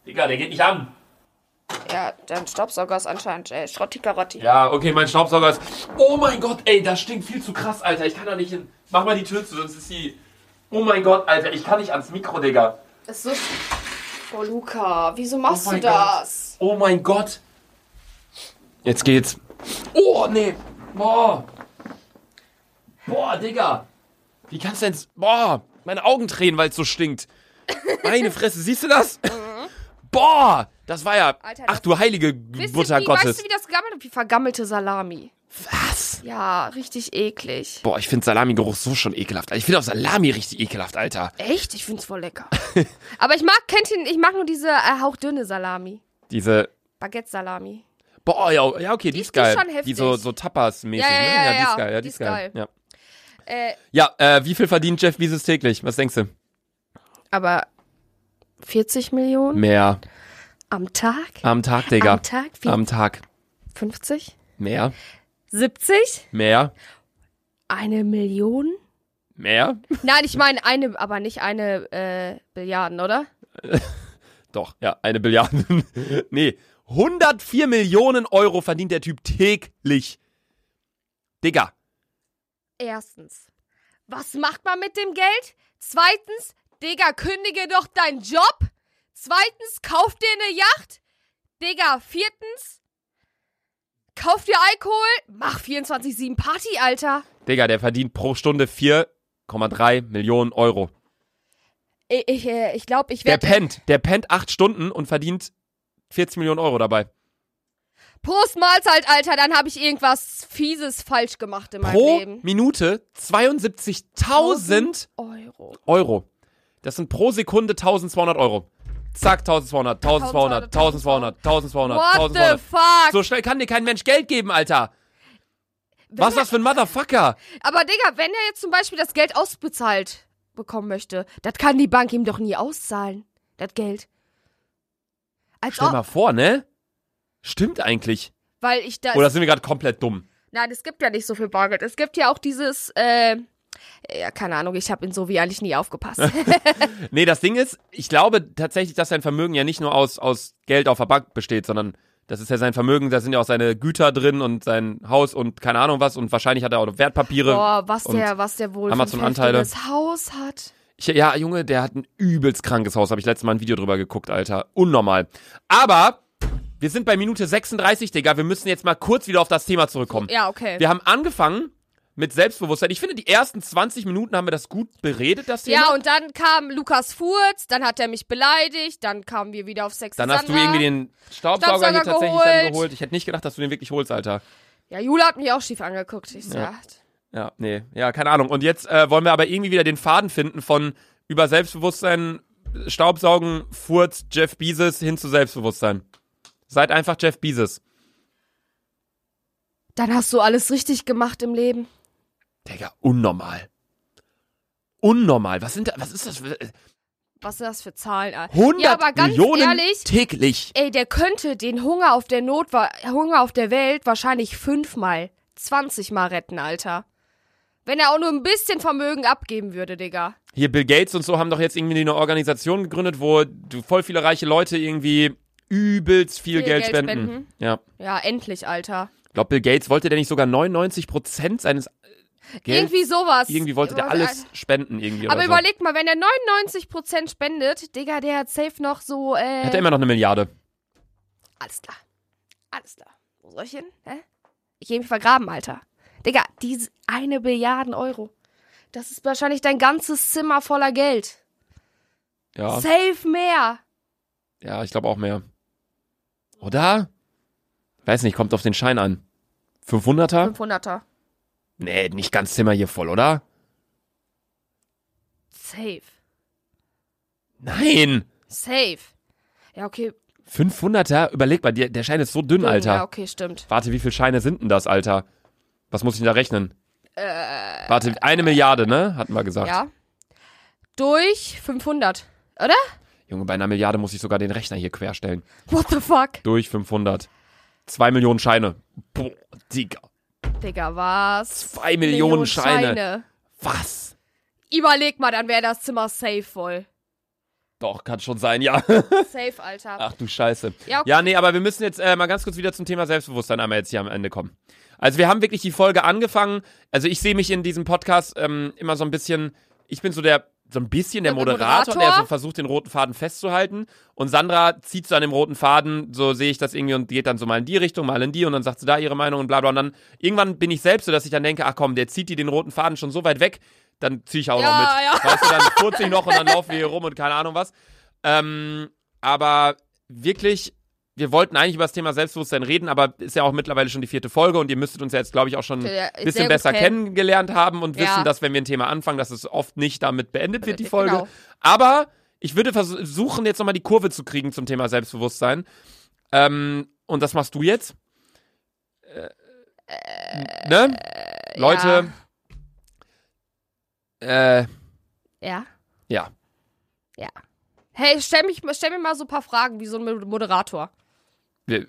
[SPEAKER 1] Digga, der geht nicht an.
[SPEAKER 2] Ja, dein Staubsauger ist anscheinend äh, Schrotti Karotti.
[SPEAKER 1] Ja, okay, mein Staubsauger ist. Oh mein Gott, ey, das stinkt viel zu krass, Alter. Ich kann da nicht hin. Mach mal die Tür zu, sonst ist die. Oh mein Gott, Alter, ich kann nicht ans Mikro, Digga.
[SPEAKER 2] Ist so. Oh, Luca, wieso machst
[SPEAKER 1] Oh
[SPEAKER 2] du
[SPEAKER 1] mein
[SPEAKER 2] das?
[SPEAKER 1] Oh mein Gott. Jetzt geht's. Oh, nee. Boah. Boah, Digga. Wie kannst du denn. Boah, meine Augen tränen, weil es so stinkt. Meine Fresse, siehst du das? Boah, das war ja.
[SPEAKER 2] Mhm. Alter,
[SPEAKER 1] Ach
[SPEAKER 2] das-
[SPEAKER 1] du heilige
[SPEAKER 2] Wisst ihr,
[SPEAKER 1] Mutter
[SPEAKER 2] wie,
[SPEAKER 1] Gottes.
[SPEAKER 2] Weißt du, wie das gegammelt hat? Wie vergammelte Salami.
[SPEAKER 1] Was?
[SPEAKER 2] Ja, richtig eklig.
[SPEAKER 1] Boah, ich finde Salami-Geruch so schon ekelhaft. Ich finde auch Salami richtig ekelhaft, Alter.
[SPEAKER 2] Echt? Ich find's voll lecker. Aber ich mag, kennt ihr, ich mag nur diese äh, hauchdünne Salami.
[SPEAKER 1] Diese.
[SPEAKER 2] Baguette-Salami.
[SPEAKER 1] Boah, ja, ja okay, die,
[SPEAKER 2] Die-
[SPEAKER 1] ist
[SPEAKER 2] die ist
[SPEAKER 1] geil.
[SPEAKER 2] schon heftig.
[SPEAKER 1] Die so, so Tapas-mäßig,
[SPEAKER 2] Ja, ja,
[SPEAKER 1] ne?
[SPEAKER 2] ja,
[SPEAKER 1] die ist
[SPEAKER 2] ja.
[SPEAKER 1] geil. Ja,
[SPEAKER 2] Die
[SPEAKER 1] die ist
[SPEAKER 2] ist
[SPEAKER 1] geil. Ja,
[SPEAKER 2] Äh,
[SPEAKER 1] ja äh, wie viel verdient Jeff Bezos täglich? Was denkst du?
[SPEAKER 2] aber 40 Millionen
[SPEAKER 1] Mehr.
[SPEAKER 2] am Tag?
[SPEAKER 1] Am Tag, Digga.
[SPEAKER 2] Am Tag? Wie?
[SPEAKER 1] Am Tag.
[SPEAKER 2] 50?
[SPEAKER 1] Mehr.
[SPEAKER 2] 70?
[SPEAKER 1] Mehr.
[SPEAKER 2] Eine Million?
[SPEAKER 1] Mehr.
[SPEAKER 2] Nein, ich meine eine, aber nicht eine äh, Billiarden, oder?
[SPEAKER 1] Doch, ja, eine Billiarde. nee. 104 Millionen Euro verdient der Typ täglich. Digga,
[SPEAKER 2] Erstens, was macht man mit dem Geld? Zweitens, Digga, kündige doch deinen Job. Zweitens, kauf dir eine Yacht. Digga, viertens, kauf dir Alkohol. Mach 24-7 Party, Alter.
[SPEAKER 1] Digga, der verdient pro Stunde 4,3 Millionen Euro.
[SPEAKER 2] Ich, ich, äh, ich glaube, ich
[SPEAKER 1] Der
[SPEAKER 2] werde...
[SPEAKER 1] pennt, der pennt acht Stunden und verdient 40 Millionen Euro dabei.
[SPEAKER 2] Prost Mahlzeit, Alter, dann habe ich irgendwas Fieses falsch gemacht in meinem
[SPEAKER 1] Pro
[SPEAKER 2] Leben.
[SPEAKER 1] Minute 72.000
[SPEAKER 2] Euro.
[SPEAKER 1] Euro. Das sind pro Sekunde 1200 Euro. Zack, 1200, 1200, 1200, 1200,
[SPEAKER 2] What the
[SPEAKER 1] 1200.
[SPEAKER 2] fuck?
[SPEAKER 1] So schnell kann dir kein Mensch Geld geben, Alter. Was ist das für ein Motherfucker?
[SPEAKER 2] Aber Digga, wenn er jetzt zum Beispiel das Geld ausbezahlt bekommen möchte, das kann die Bank ihm doch nie auszahlen, das Geld. Als
[SPEAKER 1] Stell
[SPEAKER 2] ob,
[SPEAKER 1] mal vor, ne? Stimmt eigentlich.
[SPEAKER 2] weil ich da.
[SPEAKER 1] Oder sind wir gerade komplett dumm?
[SPEAKER 2] Nein, es gibt ja nicht so viel Bargeld. Es gibt ja auch dieses, äh, ja, keine Ahnung, ich habe in so wie eigentlich nie aufgepasst.
[SPEAKER 1] Nee, das Ding ist, ich glaube tatsächlich, dass sein Vermögen ja nicht nur aus, aus Geld auf der Bank besteht, sondern das ist ja sein Vermögen, da sind ja auch seine Güter drin und sein Haus und keine Ahnung was und wahrscheinlich hat er auch Wertpapiere.
[SPEAKER 2] Boah, was
[SPEAKER 1] Und
[SPEAKER 2] der, was der wohl für ein
[SPEAKER 1] Amazon-Anteile.
[SPEAKER 2] heftiges Haus hat.
[SPEAKER 1] Ich, ja, Junge, der hat ein übelst krankes Haus, habe ich letztes Mal ein Video drüber geguckt, Alter. Unnormal. Aber wir sind bei Minute 36, Digga, wir müssen jetzt mal kurz wieder auf das Thema zurückkommen.
[SPEAKER 2] Ja, okay.
[SPEAKER 1] Wir haben angefangen mit Selbstbewusstsein. Ich finde, die ersten 20 Minuten haben wir das gut beredet, das Thema.
[SPEAKER 2] Ja, und dann kam Lukas Furz, dann hat er mich beleidigt, dann kamen wir wieder auf Sex
[SPEAKER 1] Dann
[SPEAKER 2] und
[SPEAKER 1] hast du
[SPEAKER 2] Sandra.
[SPEAKER 1] irgendwie den Staubsauger, hier
[SPEAKER 2] Staubsauger
[SPEAKER 1] tatsächlich dann
[SPEAKER 2] geholt.
[SPEAKER 1] geholt. Ich hätte nicht gedacht, dass du den wirklich holst, Alter.
[SPEAKER 2] Ja, Jule hat mich auch schief angeguckt. Ich so,
[SPEAKER 1] Ja.
[SPEAKER 2] ja.
[SPEAKER 1] Ja, nee, ja, keine Ahnung. Und jetzt äh, wollen wir aber irgendwie wieder den Faden finden von über Selbstbewusstsein, Staubsaugen, Furz, Jeff Bezos hin zu Selbstbewusstsein. Seid einfach Jeff Bezos.
[SPEAKER 2] Dann hast du alles richtig gemacht im Leben.
[SPEAKER 1] Digga, unnormal. Unnormal. Was sind da, was ist das? für-
[SPEAKER 2] Was sind das für Zahlen? Alter?
[SPEAKER 1] 100
[SPEAKER 2] ja, aber ganz
[SPEAKER 1] Millionen
[SPEAKER 2] ehrlich,
[SPEAKER 1] täglich.
[SPEAKER 2] ey, der könnte den Hunger auf der Not, wa- Hunger auf der Welt wahrscheinlich fünfmal, 20 Mal retten, Alter. Wenn er auch nur ein bisschen Vermögen abgeben würde, Digga.
[SPEAKER 1] Hier Bill Gates und so haben doch jetzt irgendwie eine Organisation gegründet, wo du voll viele reiche Leute irgendwie übelst viel,
[SPEAKER 2] Viel
[SPEAKER 1] Geld,
[SPEAKER 2] Geld
[SPEAKER 1] spenden.
[SPEAKER 2] spenden.
[SPEAKER 1] Ja.
[SPEAKER 2] Ja, endlich, Alter.
[SPEAKER 1] Ich glaube, Bill Gates wollte der nicht sogar 99% seines äh, Gelds
[SPEAKER 2] Irgendwie sowas.
[SPEAKER 1] Irgendwie wollte der
[SPEAKER 2] Aber-
[SPEAKER 1] alles spenden irgendwie
[SPEAKER 2] Aber
[SPEAKER 1] oder so.
[SPEAKER 2] überleg mal, wenn er 99% spendet, Digga, der hat safe noch so, äh.
[SPEAKER 1] Er Hat er immer noch eine Milliarde.
[SPEAKER 2] Alles klar. Alles klar. Wo soll ich hin? Hä? Ich geh mich vergraben, Alter. Digga, diese eine Billiarden Euro. Das ist wahrscheinlich dein ganzes Zimmer voller Geld.
[SPEAKER 1] Ja,
[SPEAKER 2] Safe mehr.
[SPEAKER 1] ja ich glaube auch mehr. Oder? Weiß nicht, kommt auf den Schein an. 500er?
[SPEAKER 2] 500er.
[SPEAKER 1] Nee, nicht ganz Zimmer hier voll, oder?
[SPEAKER 2] Safe.
[SPEAKER 1] Nein!
[SPEAKER 2] Safe. Ja, okay.
[SPEAKER 1] 500er? Überleg mal, der, der Schein ist so dünn, Alter.
[SPEAKER 2] Ja, okay, stimmt.
[SPEAKER 1] Warte, wie viele Scheine sind denn das, Alter? Was muss ich denn da rechnen? Warte, eine Milliarde, ne? Hatten wir gesagt.
[SPEAKER 2] Äh. Ja. Durch 500. Oder?
[SPEAKER 1] Junge, bei einer Milliarde muss ich sogar den Rechner hier querstellen.
[SPEAKER 2] What the fuck?
[SPEAKER 1] Durch 500. Zwei Millionen Scheine. Boah, Digga.
[SPEAKER 2] Digga, was?
[SPEAKER 1] Zwei Millionen Scheine. Was?
[SPEAKER 2] Überleg mal, dann wäre das Zimmer safe voll.
[SPEAKER 1] Doch, kann schon sein, ja.
[SPEAKER 2] Safe, Alter.
[SPEAKER 1] Ach du Scheiße.
[SPEAKER 2] Ja,
[SPEAKER 1] Ja,
[SPEAKER 2] okay.
[SPEAKER 1] nee, aber wir müssen jetzt äh, mal ganz kurz wieder zum Thema Selbstbewusstsein einmal jetzt hier am Ende kommen. Also wir haben wirklich die Folge angefangen. Also ich sehe mich in diesem Podcast ähm, immer so ein bisschen, ich bin so der so ein bisschen der
[SPEAKER 2] So der
[SPEAKER 1] Moderator, der
[SPEAKER 2] Moderator.
[SPEAKER 1] so versucht, den roten Faden festzuhalten. Und Sandra zieht so an dem roten Faden, so sehe ich das irgendwie und geht dann so mal in die Richtung, mal in die und dann sagt sie da ihre Meinung und bla bla. Und dann irgendwann bin ich selbst so, dass ich dann denke, ach komm, der zieht die den roten Faden schon so weit weg, dann ziehe ich auch noch
[SPEAKER 2] Ja,
[SPEAKER 1] mit. Weißt du, dann furze ich noch und dann laufen wir hier rum und keine Ahnung was. Ähm, aber wirklich, wir wollten eigentlich über das Thema Selbstbewusstsein reden, aber ist ja auch mittlerweile schon die vierte Folge und ihr müsstet uns ja jetzt, glaube ich, auch schon ein
[SPEAKER 2] Sehr- Äh, sehr
[SPEAKER 1] bisschen
[SPEAKER 2] gut
[SPEAKER 1] besser
[SPEAKER 2] kennen.
[SPEAKER 1] kennengelernt haben und
[SPEAKER 2] Ja.
[SPEAKER 1] wissen, dass wenn wir ein Thema anfangen, dass es oft nicht damit beendet wird, die
[SPEAKER 2] Genau.
[SPEAKER 1] Folge. Aber ich würde versuchen, jetzt nochmal die Kurve zu kriegen zum Thema Selbstbewusstsein. Ähm, und das machst du jetzt. Äh, ne? Leute. Äh,
[SPEAKER 2] Ja.
[SPEAKER 1] ja.
[SPEAKER 2] Hey, stell, mich, stell mir mal so ein paar Fragen wie so ein Mo- Moderator.
[SPEAKER 1] Wie,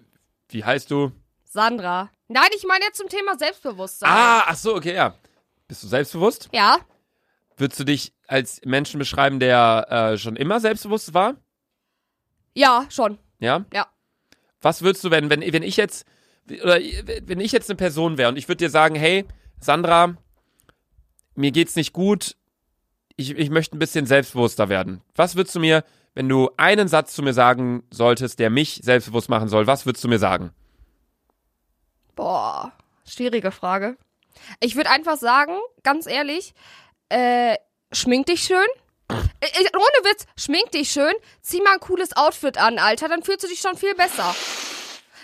[SPEAKER 1] wie heißt du?
[SPEAKER 2] Sandra. Nein, ich meine jetzt zum Thema Selbstbewusstsein.
[SPEAKER 1] Ah, ach so, okay, ja. Bist du selbstbewusst?
[SPEAKER 2] Ja,
[SPEAKER 1] Würdest du dich als Menschen beschreiben, der äh, schon immer selbstbewusst war?
[SPEAKER 2] ja, schon.
[SPEAKER 1] Ja?
[SPEAKER 2] Ja.
[SPEAKER 1] Was würdest du, wenn, wenn, wenn ich jetzt, oder wenn ich jetzt eine Person wäre und ich würde dir sagen, hey, Sandra, mir geht's nicht gut. Ich, ich möchte ein bisschen selbstbewusster werden. Was würdest du mir, wenn du einen Satz zu mir sagen solltest, der mich selbstbewusst machen soll, was würdest du mir sagen?
[SPEAKER 2] Boah, schwierige Frage. Ich würde einfach sagen, ganz ehrlich, äh, schmink dich schön. Ich, ich- ohne Witz, schmink dich schön, zieh mal ein cooles Outfit an, Alter, dann fühlst du dich schon viel besser.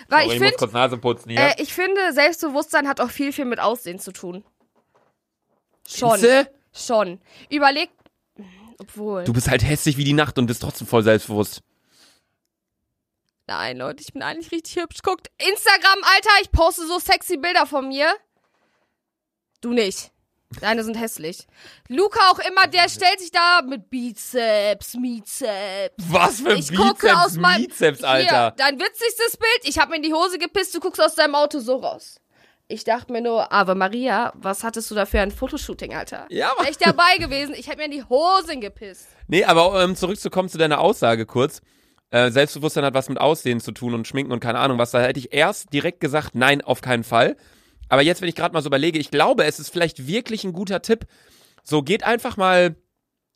[SPEAKER 2] Weil ich finde,
[SPEAKER 1] kurz Nase putzen hier.
[SPEAKER 2] äh, ich finde, Selbstbewusstsein hat auch viel, viel mit Aussehen zu tun. Schon.
[SPEAKER 1] Findste?
[SPEAKER 2] Schon. Überleg. Obwohl.
[SPEAKER 1] Du bist halt hässlich wie die Nacht und bist trotzdem voll selbstbewusst.
[SPEAKER 2] Nein, Leute, ich bin eigentlich richtig hübsch. Guckt Instagram, Alter, ich poste so sexy Bilder von mir. Du nicht. Deine sind hässlich. Luca auch immer, der stellt sich da mit Bizeps, Mizeps.
[SPEAKER 1] Was für ein
[SPEAKER 2] Ich gucke
[SPEAKER 1] Bizeps,
[SPEAKER 2] aus meinem
[SPEAKER 1] Bizeps,
[SPEAKER 2] Hier,
[SPEAKER 1] Alter.
[SPEAKER 2] dein witzigstes Bild, ich hab mir in die Hose gepisst, du guckst aus deinem Auto so raus. Ich dachte mir nur, Ave Maria, was hattest du da für ein Fotoshooting, Alter?
[SPEAKER 1] Ja, Mann.
[SPEAKER 2] Wär ich dabei gewesen, ich hätte mir in die Hosen gepisst.
[SPEAKER 1] Nee, aber um zurückzukommen zu deiner Aussage kurz. Äh, Selbstbewusstsein hat was mit Aussehen zu tun und Schminken und keine Ahnung was. Da hätte ich erst direkt gesagt, nein, auf keinen Fall. Aber jetzt, wenn ich gerade mal so überlege, ich glaube, es ist vielleicht wirklich ein guter Tipp. So, geht einfach mal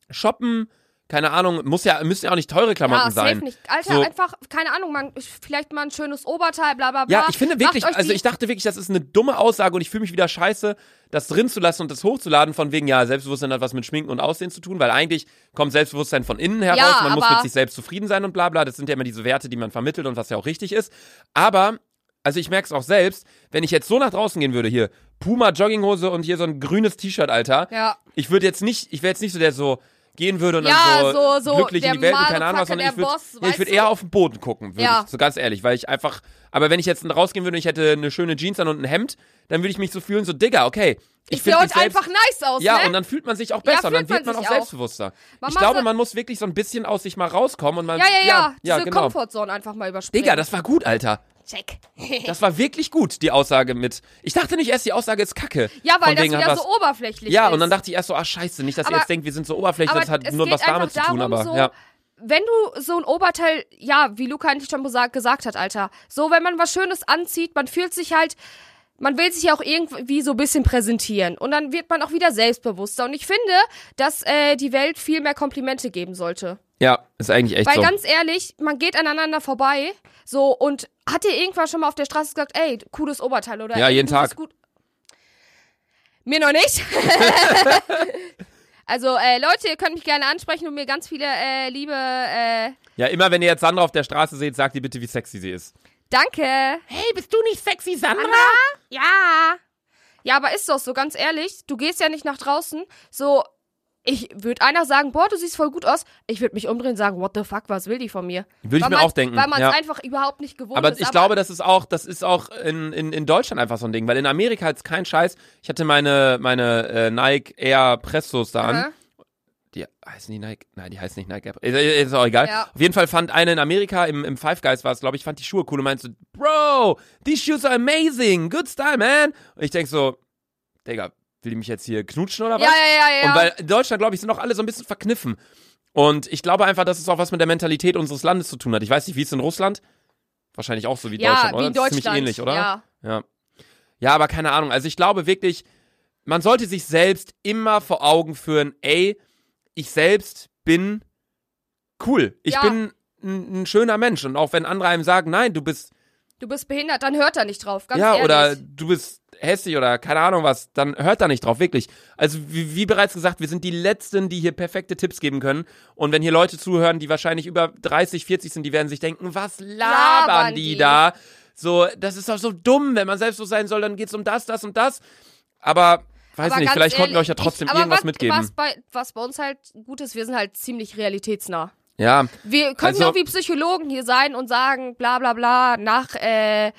[SPEAKER 1] shoppen. Keine Ahnung, muss ja, müssen ja auch nicht teure Klamotten
[SPEAKER 2] ja,
[SPEAKER 1] sein.
[SPEAKER 2] safe nicht. Alter,
[SPEAKER 1] So.
[SPEAKER 2] einfach, keine Ahnung, man, vielleicht mal ein schönes Oberteil, bla bla bla.
[SPEAKER 1] Ja, ich finde wirklich,
[SPEAKER 2] Macht euch
[SPEAKER 1] also
[SPEAKER 2] die-
[SPEAKER 1] ich dachte wirklich, das ist eine dumme Aussage und ich fühle mich wieder scheiße, das drin zu lassen und das hochzuladen von wegen, ja, Selbstbewusstsein hat was mit Schminken und Aussehen zu tun, weil eigentlich kommt Selbstbewusstsein von innen heraus,
[SPEAKER 2] Ja,
[SPEAKER 1] man muss
[SPEAKER 2] aber-
[SPEAKER 1] mit sich selbst zufrieden sein und bla bla, das sind ja immer diese Werte, die man vermittelt und was ja auch richtig ist, aber, also ich merke es auch selbst, wenn ich jetzt so nach draußen gehen würde, hier, Puma Jogginghose und hier so ein grünes T-Shirt, Alter,
[SPEAKER 2] Ja.
[SPEAKER 1] ich würde jetzt nicht, ich wäre jetzt nicht so der so gehen würde und
[SPEAKER 2] Ja,
[SPEAKER 1] dann so,
[SPEAKER 2] so- so
[SPEAKER 1] glücklich in
[SPEAKER 2] der
[SPEAKER 1] die Welt und keine Ahnung
[SPEAKER 2] Motherfucker,
[SPEAKER 1] was, sondern ich
[SPEAKER 2] der
[SPEAKER 1] würde
[SPEAKER 2] Boss,
[SPEAKER 1] ja, ich
[SPEAKER 2] weißt
[SPEAKER 1] würd
[SPEAKER 2] du?
[SPEAKER 1] eher auf den Boden gucken, würde
[SPEAKER 2] Ja.
[SPEAKER 1] ich, so ganz ehrlich, weil ich einfach, aber wenn ich jetzt rausgehen würde und ich hätte eine schöne Jeans an und ein Hemd, dann würde ich mich so fühlen, so Digga, okay.
[SPEAKER 2] Ich
[SPEAKER 1] find
[SPEAKER 2] sehe
[SPEAKER 1] mich
[SPEAKER 2] heute
[SPEAKER 1] selbst-
[SPEAKER 2] einfach nice aus,
[SPEAKER 1] Ja,
[SPEAKER 2] ne?
[SPEAKER 1] und dann fühlt man sich auch
[SPEAKER 2] Ja,
[SPEAKER 1] besser und dann
[SPEAKER 2] fühlt
[SPEAKER 1] wird man
[SPEAKER 2] man
[SPEAKER 1] auch
[SPEAKER 2] sich auch.
[SPEAKER 1] selbstbewusster.
[SPEAKER 2] Man
[SPEAKER 1] ich
[SPEAKER 2] macht
[SPEAKER 1] glaube,
[SPEAKER 2] so-
[SPEAKER 1] man muss wirklich so ein bisschen aus sich mal rauskommen und man
[SPEAKER 2] ja, ja, ja,
[SPEAKER 1] ja,
[SPEAKER 2] diese
[SPEAKER 1] genau.
[SPEAKER 2] Comfortzone einfach mal überspringen.
[SPEAKER 1] Digga, das war gut, Alter.
[SPEAKER 2] Check.
[SPEAKER 1] Das war wirklich gut, die Aussage mit. Ich dachte nicht erst, die Aussage ist kacke.
[SPEAKER 2] ja, weil
[SPEAKER 1] Von
[SPEAKER 2] das
[SPEAKER 1] wegen hat
[SPEAKER 2] wieder
[SPEAKER 1] was-
[SPEAKER 2] so oberflächlich
[SPEAKER 1] Ja,
[SPEAKER 2] ist.
[SPEAKER 1] und dann dachte ich erst so, ach scheiße, nicht, dass ihr
[SPEAKER 2] Aber-
[SPEAKER 1] jetzt denkt, wir sind so oberflächlich,
[SPEAKER 2] aber
[SPEAKER 1] das hat
[SPEAKER 2] es
[SPEAKER 1] nur
[SPEAKER 2] geht
[SPEAKER 1] was damit zu
[SPEAKER 2] einfach
[SPEAKER 1] tun,
[SPEAKER 2] darum,
[SPEAKER 1] aber
[SPEAKER 2] so,
[SPEAKER 1] ja.
[SPEAKER 2] Wenn du so ein Oberteil, ja, wie Luca eigentlich schon gesagt, gesagt hat, Alter, so wenn man was Schönes anzieht, man fühlt sich halt, man will sich ja auch irgendwie so ein bisschen präsentieren und dann wird man auch wieder selbstbewusster und ich finde, dass äh, die Welt viel mehr Komplimente geben sollte.
[SPEAKER 1] Ja, ist eigentlich echt
[SPEAKER 2] Weil
[SPEAKER 1] so.
[SPEAKER 2] ganz ehrlich, man geht aneinander vorbei, so und hat dir irgendwann schon mal auf der Straße gesagt, ey, cooles Oberteil oder
[SPEAKER 1] Ja,
[SPEAKER 2] ey,
[SPEAKER 1] jeden
[SPEAKER 2] du siehst
[SPEAKER 1] Tag.
[SPEAKER 2] Gut. Mir noch nicht. also äh, Leute, ihr könnt mich gerne ansprechen und mir ganz viele äh, liebe äh,
[SPEAKER 1] Ja, immer wenn ihr jetzt Sandra auf der Straße seht, sagt ihr bitte, wie sexy sie ist.
[SPEAKER 2] Danke.
[SPEAKER 1] Hey, bist du nicht sexy, Sandra?
[SPEAKER 2] Ja. Ja, aber ist doch so, ganz ehrlich, du gehst ja nicht nach draußen, so ich würde einer sagen, boah, du siehst voll gut aus. Ich würde mich umdrehen und sagen, what the fuck, was will die von mir?
[SPEAKER 1] Würde ich
[SPEAKER 2] Weil
[SPEAKER 1] mir
[SPEAKER 2] man's-
[SPEAKER 1] auch denken.
[SPEAKER 2] Weil man es
[SPEAKER 1] ja.
[SPEAKER 2] einfach überhaupt nicht gewohnt
[SPEAKER 1] aber
[SPEAKER 2] ist.
[SPEAKER 1] ich glaube, das ist auch, das ist auch in, in, in Deutschland einfach so ein Ding, weil in Amerika ist kein Scheiß. Ich hatte meine, meine äh, Nike Air Pressos da an.
[SPEAKER 2] Aha.
[SPEAKER 1] Die heißen die Nike? Nein, die heißen nicht Nike Air Ist, ist auch egal.
[SPEAKER 2] Ja.
[SPEAKER 1] Auf jeden Fall fand eine in Amerika, im, im Five Guys war es, glaube ich, fand die Schuhe cool und meinte so, Bro, these shoes are amazing, good style, man. Und ich denk so, Digga, will die mich jetzt hier knutschen oder was?
[SPEAKER 2] ja, ja, ja, ja.
[SPEAKER 1] Und weil in Deutschland, glaube ich, sind auch alle so ein bisschen verkniffen. Und ich glaube einfach, dass es auch was mit der Mentalität unseres Landes zu tun hat. Ich weiß nicht, wie es in Russland. Wahrscheinlich auch so wie
[SPEAKER 2] ja,
[SPEAKER 1] Deutschland,
[SPEAKER 2] wie
[SPEAKER 1] oder?
[SPEAKER 2] in
[SPEAKER 1] Das ist
[SPEAKER 2] Deutschland.
[SPEAKER 1] Ziemlich ähnlich, oder?
[SPEAKER 2] Ja.
[SPEAKER 1] ja. Ja, aber keine Ahnung. Also ich glaube wirklich, man sollte sich selbst immer vor Augen führen, ey, ich selbst bin cool. Ich
[SPEAKER 2] Ja.
[SPEAKER 1] bin ein, ein schöner Mensch. Und auch wenn andere einem sagen, nein, du bist
[SPEAKER 2] Du bist behindert, dann hört er nicht drauf, ganz
[SPEAKER 1] ja,
[SPEAKER 2] ehrlich.
[SPEAKER 1] oder du bist hässlich oder keine Ahnung was, dann hört da nicht drauf, wirklich. Also, wie, wie bereits gesagt, wir sind die Letzten, die hier perfekte Tipps geben können. Und wenn hier Leute zuhören, die wahrscheinlich über 30, 40 sind, die werden sich denken, was labern,
[SPEAKER 2] Labern
[SPEAKER 1] die,
[SPEAKER 2] die?
[SPEAKER 1] da? So, das ist doch so dumm, wenn man selbst so sein soll, dann geht's um das, das und das. Aber, weiß
[SPEAKER 2] Aber
[SPEAKER 1] nicht,
[SPEAKER 2] ganz
[SPEAKER 1] vielleicht konnten wir euch
[SPEAKER 2] ehrlich,
[SPEAKER 1] ja trotzdem
[SPEAKER 2] ich, aber
[SPEAKER 1] irgendwas
[SPEAKER 2] was,
[SPEAKER 1] mitgeben.
[SPEAKER 2] Was bei, was bei uns halt gut ist, wir sind halt ziemlich realitätsnah.
[SPEAKER 1] Ja,
[SPEAKER 2] Wir können
[SPEAKER 1] Also-
[SPEAKER 2] auch wie Psychologen hier sein und sagen, bla bla bla, nach äh,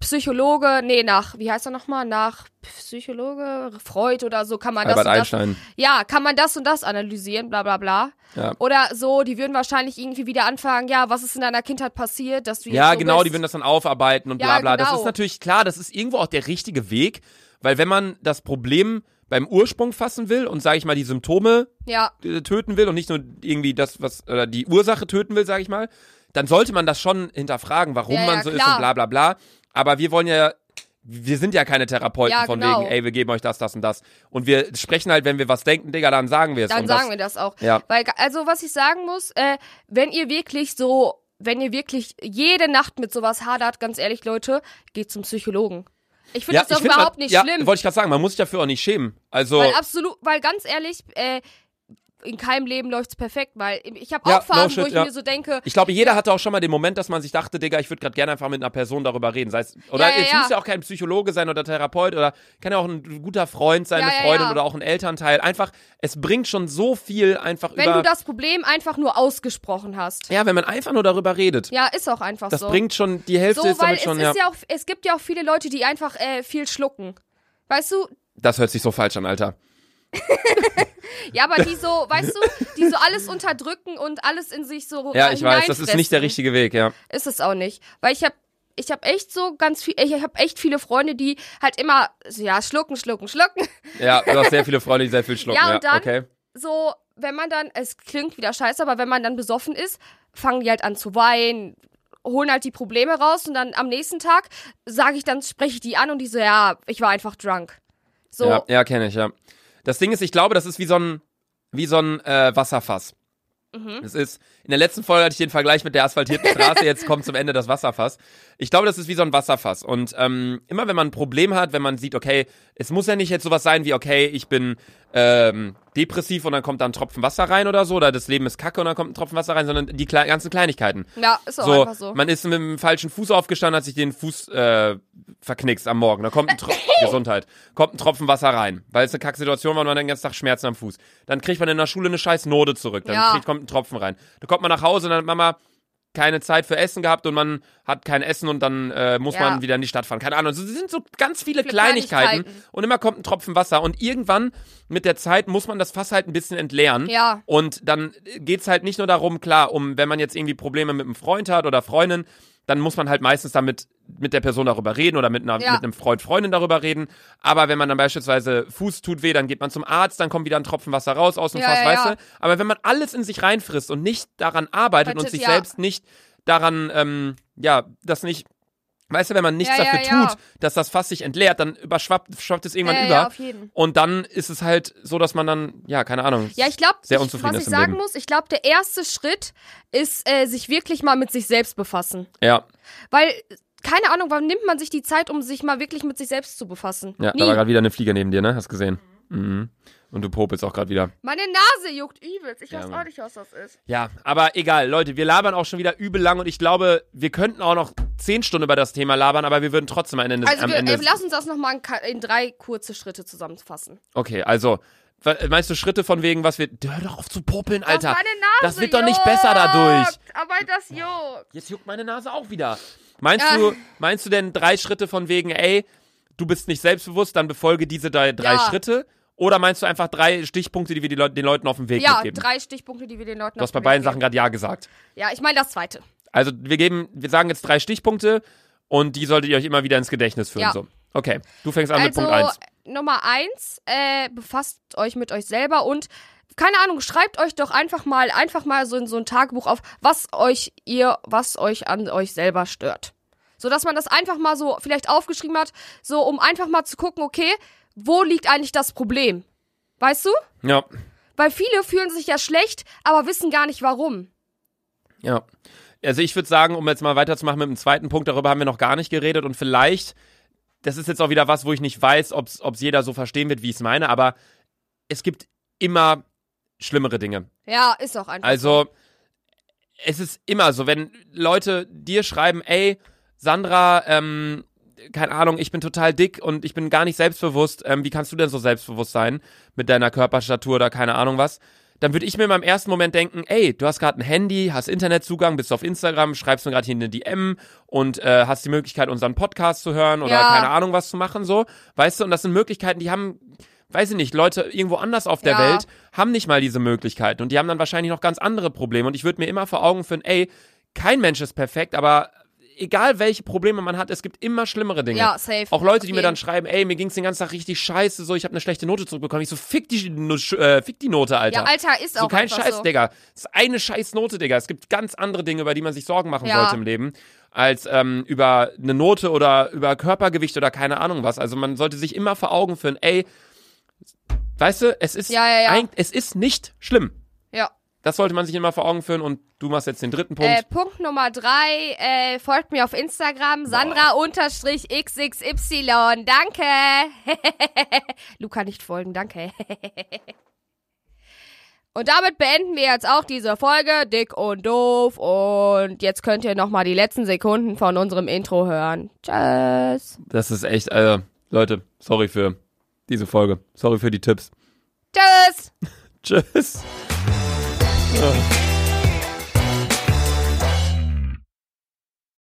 [SPEAKER 2] Psychologe, nee, nach, wie heißt er nochmal? Nach Psychologe, Freud oder so kann man
[SPEAKER 1] Albert
[SPEAKER 2] das. Und das
[SPEAKER 1] Einstein.
[SPEAKER 2] ja, kann man das und das analysieren, bla bla bla.
[SPEAKER 1] Ja.
[SPEAKER 2] Oder so, die würden wahrscheinlich irgendwie wieder anfangen, ja, was ist in deiner Kindheit passiert, dass du jetzt
[SPEAKER 1] Ja,
[SPEAKER 2] so
[SPEAKER 1] genau,
[SPEAKER 2] bist.
[SPEAKER 1] die würden das dann aufarbeiten und bla
[SPEAKER 2] Ja,
[SPEAKER 1] bla. Das
[SPEAKER 2] genau.
[SPEAKER 1] ist natürlich klar, das ist irgendwo auch der richtige Weg, weil wenn man das Problem beim Ursprung fassen will und, sage ich mal, die Symptome
[SPEAKER 2] Ja,
[SPEAKER 1] äh, töten will und nicht nur irgendwie das, was, oder die Ursache töten will, sage ich mal, dann sollte man das schon hinterfragen, warum
[SPEAKER 2] Ja, ja,
[SPEAKER 1] man so ist
[SPEAKER 2] klar.
[SPEAKER 1] und bla bla bla. Aber wir wollen ja wir sind ja keine Therapeuten
[SPEAKER 2] Ja,
[SPEAKER 1] von
[SPEAKER 2] genau.
[SPEAKER 1] wegen, ey, wir geben euch das, das und das. Und wir sprechen halt, wenn wir was denken, Digga, dann sagen wir es.
[SPEAKER 2] Dann
[SPEAKER 1] und
[SPEAKER 2] sagen
[SPEAKER 1] das,
[SPEAKER 2] wir das auch.
[SPEAKER 1] Ja.
[SPEAKER 2] Weil, also was ich sagen muss, äh, wenn ihr wirklich so, wenn ihr wirklich jede Nacht mit sowas hadert, ganz ehrlich, Leute, geht zum Psychologen. Ich finde
[SPEAKER 1] ja,
[SPEAKER 2] das doch
[SPEAKER 1] ich find,
[SPEAKER 2] überhaupt
[SPEAKER 1] man,
[SPEAKER 2] nicht
[SPEAKER 1] ja,
[SPEAKER 2] schlimm.
[SPEAKER 1] Wollte ich gerade sagen, man muss sich dafür auch nicht schämen. Also,
[SPEAKER 2] Weil absolut, weil ganz ehrlich, äh, in keinem Leben läuft's perfekt, weil ich habe
[SPEAKER 1] Ja,
[SPEAKER 2] auch Phasen,
[SPEAKER 1] no shit,
[SPEAKER 2] wo ich
[SPEAKER 1] ja.
[SPEAKER 2] mir so denke,
[SPEAKER 1] ich glaube, jeder hatte auch schon mal den Moment, dass man sich dachte, Digga, ich würde gerade gerne einfach mit einer Person darüber reden. Sei es, oder
[SPEAKER 2] Ja, ja,
[SPEAKER 1] es
[SPEAKER 2] ja.
[SPEAKER 1] muss ja auch kein Psychologe sein oder Therapeut oder kann ja auch ein guter Freund sein,
[SPEAKER 2] Ja,
[SPEAKER 1] eine
[SPEAKER 2] ja,
[SPEAKER 1] Freundin
[SPEAKER 2] ja.
[SPEAKER 1] oder auch ein Elternteil. Einfach, es bringt schon so viel einfach
[SPEAKER 2] wenn
[SPEAKER 1] über.
[SPEAKER 2] du das Problem einfach nur ausgesprochen hast.
[SPEAKER 1] ja, wenn man einfach nur darüber redet.
[SPEAKER 2] Ja, ist auch einfach
[SPEAKER 1] Das
[SPEAKER 2] so.
[SPEAKER 1] bringt schon, die Hälfte
[SPEAKER 2] so,
[SPEAKER 1] ist
[SPEAKER 2] weil
[SPEAKER 1] damit
[SPEAKER 2] es
[SPEAKER 1] schon,
[SPEAKER 2] ist
[SPEAKER 1] ja.
[SPEAKER 2] ja auch, es gibt ja auch viele Leute, die einfach äh, viel schlucken. Weißt du,
[SPEAKER 1] Das hört sich so falsch an, Alter.
[SPEAKER 2] Ja, aber die so, weißt du, die so alles unterdrücken und alles in sich so. äh,
[SPEAKER 1] Ja, ich weiß, das ist nicht der
[SPEAKER 2] hineinfressen.
[SPEAKER 1] richtige Weg, ja.
[SPEAKER 2] Ist es auch nicht. Weil ich hab, ich hab echt so ganz viel, ich hab echt viele Freunde, die halt immer, so, ja, schlucken, schlucken, schlucken.
[SPEAKER 1] Ja, du hast sehr viele Freunde, die sehr viel schlucken.
[SPEAKER 2] Ja, und dann-
[SPEAKER 1] okay.
[SPEAKER 2] So, wenn man dann, es klingt wieder scheiße, aber wenn man dann besoffen ist, fangen die halt an zu weinen, holen halt die Probleme raus und dann am nächsten Tag sage ich dann, spreche ich die an und die so, ja, ich war einfach drunk. So,
[SPEAKER 1] Ja, ja kenne ich, ja. Das Ding ist, ich glaube, das ist wie so ein, wie so ein äh, Wasserfass. Es ist, in der letzten Folge hatte ich den Vergleich mit der asphaltierten Straße, jetzt kommt zum Ende das Wasserfass. Ich glaube, das ist wie so ein Wasserfass. Und ähm, immer wenn man ein Problem hat, wenn man sieht, okay, es muss ja nicht jetzt sowas sein wie, okay, ich bin ähm, depressiv und dann kommt da ein Tropfen Wasser rein oder so, oder das Leben ist kacke und dann kommt ein Tropfen Wasser rein, sondern die kle ganzen Kleinigkeiten.
[SPEAKER 2] ja ist auch
[SPEAKER 1] So,
[SPEAKER 2] einfach so.
[SPEAKER 1] man ist mit dem falschen Fuß aufgestanden, hat sich den Fuß äh, verknickst am Morgen. Da kommt ein Tropfen Gesundheit, kommt ein Tropfen Wasser rein, weil es eine Kacksituation war und man den ganzen Tag Schmerzen am Fuß. Dann kriegt man in der Schule eine scheiß Note zurück, dann
[SPEAKER 2] Ja.
[SPEAKER 1] kriegt, kommt ein Tropfen rein. Da kommt man nach Hause und dann hat Mama keine Zeit für Essen gehabt und man hat kein Essen und dann äh, muss
[SPEAKER 2] Ja.
[SPEAKER 1] man wieder in die Stadt fahren. Keine Ahnung. Es sind so ganz viele
[SPEAKER 2] Viele
[SPEAKER 1] Kleinigkeiten,
[SPEAKER 2] Kleinigkeiten.
[SPEAKER 1] und immer kommt ein Tropfen Wasser und irgendwann mit der Zeit muss man das Fass halt ein bisschen entleeren.
[SPEAKER 2] Ja.
[SPEAKER 1] Und dann geht's halt nicht nur darum, klar, um wenn man jetzt irgendwie Probleme mit einem Freund hat oder Freundin, dann muss man halt meistens damit mit der Person darüber reden oder mit, einer,
[SPEAKER 2] Ja.
[SPEAKER 1] mit einem Freund, Freundin darüber reden. Aber wenn man dann beispielsweise Fuß tut weh, dann geht man zum Arzt, dann kommt wieder ein Tropfen Wasser raus aus dem
[SPEAKER 2] Ja,
[SPEAKER 1] Fass,
[SPEAKER 2] ja,
[SPEAKER 1] weißt
[SPEAKER 2] ja.
[SPEAKER 1] du? Aber wenn man alles in sich reinfrisst und nicht daran arbeitet und
[SPEAKER 2] Warte,
[SPEAKER 1] sich
[SPEAKER 2] ja.
[SPEAKER 1] selbst nicht daran, ähm, ja, das nicht, weißt du, wenn man nichts
[SPEAKER 2] Ja, ja,
[SPEAKER 1] dafür
[SPEAKER 2] ja.
[SPEAKER 1] tut, dass das Fass sich entleert, dann überschwappt schwappt es irgendwann
[SPEAKER 2] ja,
[SPEAKER 1] über.
[SPEAKER 2] ja, auf jeden.
[SPEAKER 1] Und dann ist es halt so, dass man dann, ja, keine Ahnung.
[SPEAKER 2] Ja, ich glaube,
[SPEAKER 1] sehr unzufrieden
[SPEAKER 2] was
[SPEAKER 1] ist
[SPEAKER 2] ich
[SPEAKER 1] im
[SPEAKER 2] sagen
[SPEAKER 1] Leben.
[SPEAKER 2] muss, ich glaube, der erste Schritt ist, äh, sich wirklich mal mit sich selbst befassen.
[SPEAKER 1] Ja,
[SPEAKER 2] Weil, keine Ahnung, wann nimmt man sich die Zeit, um sich mal wirklich mit sich selbst zu befassen?
[SPEAKER 1] ja da war
[SPEAKER 2] Nie.
[SPEAKER 1] gerade wieder eine Fliege neben dir, ne? Hast gesehen. Mhm. Und du popelst auch gerade wieder.
[SPEAKER 2] Meine Nase juckt übelst. Ich
[SPEAKER 1] Ja,
[SPEAKER 2] weiß auch
[SPEAKER 1] Mann.
[SPEAKER 2] nicht, was das ist.
[SPEAKER 1] Ja, aber egal, Leute, wir labern auch schon wieder übel lang und ich glaube, wir könnten auch noch zehn Stunden über das Thema labern, aber wir würden trotzdem am Ende.
[SPEAKER 2] Also,
[SPEAKER 1] am
[SPEAKER 2] wir,
[SPEAKER 1] Ende
[SPEAKER 2] äh, lass uns das nochmal in, ka- in drei kurze Schritte zusammenfassen.
[SPEAKER 1] okay, also, wa- meinst du Schritte von wegen, was wir. Hör doch auf zu popeln, Alter.
[SPEAKER 2] das, meine Nase
[SPEAKER 1] das wird doch nicht
[SPEAKER 2] juckt,
[SPEAKER 1] besser dadurch.
[SPEAKER 2] Aber das juckt.
[SPEAKER 1] Jetzt juckt meine Nase auch wieder. Meinst,
[SPEAKER 2] Ja.
[SPEAKER 1] du, meinst du denn drei Schritte von wegen, ey, du bist nicht selbstbewusst, dann befolge diese drei, drei
[SPEAKER 2] Ja.
[SPEAKER 1] Schritte? Oder meinst du einfach drei Stichpunkte, die wir die Leut- den Leuten auf den Weg
[SPEAKER 2] Ja,
[SPEAKER 1] mitgeben?
[SPEAKER 2] drei Stichpunkte, die wir den Leuten
[SPEAKER 1] du hast bei
[SPEAKER 2] auf den
[SPEAKER 1] beiden
[SPEAKER 2] Weg
[SPEAKER 1] Sachen
[SPEAKER 2] geben.
[SPEAKER 1] gerade Ja gesagt.
[SPEAKER 2] Ja, ich meine das zweite.
[SPEAKER 1] Also wir geben, wir sagen jetzt drei Stichpunkte und die solltet ihr euch immer wieder ins Gedächtnis führen.
[SPEAKER 2] Ja.
[SPEAKER 1] So. Okay, du fängst an mit
[SPEAKER 2] also,
[SPEAKER 1] Punkt 1.
[SPEAKER 2] Nummer eins, äh, befasst euch mit euch selber und keine Ahnung, schreibt euch doch einfach mal, einfach mal so in so ein Tagebuch auf, was euch ihr, was euch an euch selber stört. So dass man das einfach mal so vielleicht aufgeschrieben hat, so um einfach mal zu gucken, okay, wo liegt eigentlich das Problem? Weißt du?
[SPEAKER 1] Ja,
[SPEAKER 2] Weil viele fühlen sich ja schlecht, aber wissen gar nicht warum.
[SPEAKER 1] ja. Also ich würde sagen, um jetzt mal weiterzumachen mit dem zweiten Punkt, darüber haben wir noch gar nicht geredet und vielleicht das ist jetzt auch wieder was, wo ich nicht weiß, ob es jeder so verstehen wird, wie ich es meine, aber es gibt immer schlimmere Dinge.
[SPEAKER 2] Ja, ist auch einfach.
[SPEAKER 1] Also, es ist immer so, wenn Leute dir schreiben, ey, Sandra, ähm, keine Ahnung, ich bin total dick und ich bin gar nicht selbstbewusst. Ähm, wie kannst du denn so selbstbewusst sein mit deiner Körperstatur oder keine Ahnung was? Dann würde ich mir in meinem ersten Moment denken, ey, du hast gerade ein Handy, hast Internetzugang, bist auf Instagram, schreibst mir gerade hier eine DM und äh, hast die Möglichkeit, unseren Podcast zu hören oder
[SPEAKER 2] Ja.
[SPEAKER 1] keine Ahnung was zu machen, so. Weißt du, und das sind Möglichkeiten, die haben, weiß ich nicht, Leute irgendwo anders auf der
[SPEAKER 2] Ja.
[SPEAKER 1] Welt haben nicht mal diese Möglichkeiten und die haben dann wahrscheinlich noch ganz andere Probleme. Und ich würde mir immer vor Augen führen, ey, kein Mensch ist perfekt, aber egal welche Probleme man hat, es gibt immer schlimmere Dinge.
[SPEAKER 2] Ja, safe.
[SPEAKER 1] Auch Leute,
[SPEAKER 2] Auf
[SPEAKER 1] die mir
[SPEAKER 2] jeden.
[SPEAKER 1] dann schreiben, ey, mir ging's den ganzen Tag richtig scheiße, so ich habe eine schlechte Note zurückbekommen. Ich so fick die Nu- Sch- äh, fick die Note, Alter.
[SPEAKER 2] ja, Alter, ist
[SPEAKER 1] so
[SPEAKER 2] auch
[SPEAKER 1] kein
[SPEAKER 2] einfach
[SPEAKER 1] Scheiß,
[SPEAKER 2] so.
[SPEAKER 1] Digga. Das ist eine scheiß Note, Digga. Es gibt ganz andere Dinge, über die man sich Sorgen machen
[SPEAKER 2] Ja.
[SPEAKER 1] sollte im Leben. als ähm, über eine Note oder über Körpergewicht oder keine Ahnung was. Also man sollte sich immer vor Augen führen, ey, weißt du, es ist,
[SPEAKER 2] Ja, ja, ja.
[SPEAKER 1] eig- es ist nicht schlimm.
[SPEAKER 2] Ja.
[SPEAKER 1] Das sollte man sich immer vor Augen führen und du machst jetzt den dritten Punkt.
[SPEAKER 2] Äh, Punkt Nummer drei, äh, folgt mir auf Instagram, Sandra-XXY, danke. Luca nicht folgen, danke. und damit beenden wir jetzt auch diese Folge, dick und doof. Und jetzt könnt ihr nochmal die letzten Sekunden von unserem Intro hören. Tschüss.
[SPEAKER 1] Das ist echt, also, Leute, sorry für diese Folge. Sorry für die Tipps.
[SPEAKER 2] Tschüss.
[SPEAKER 1] Tschüss.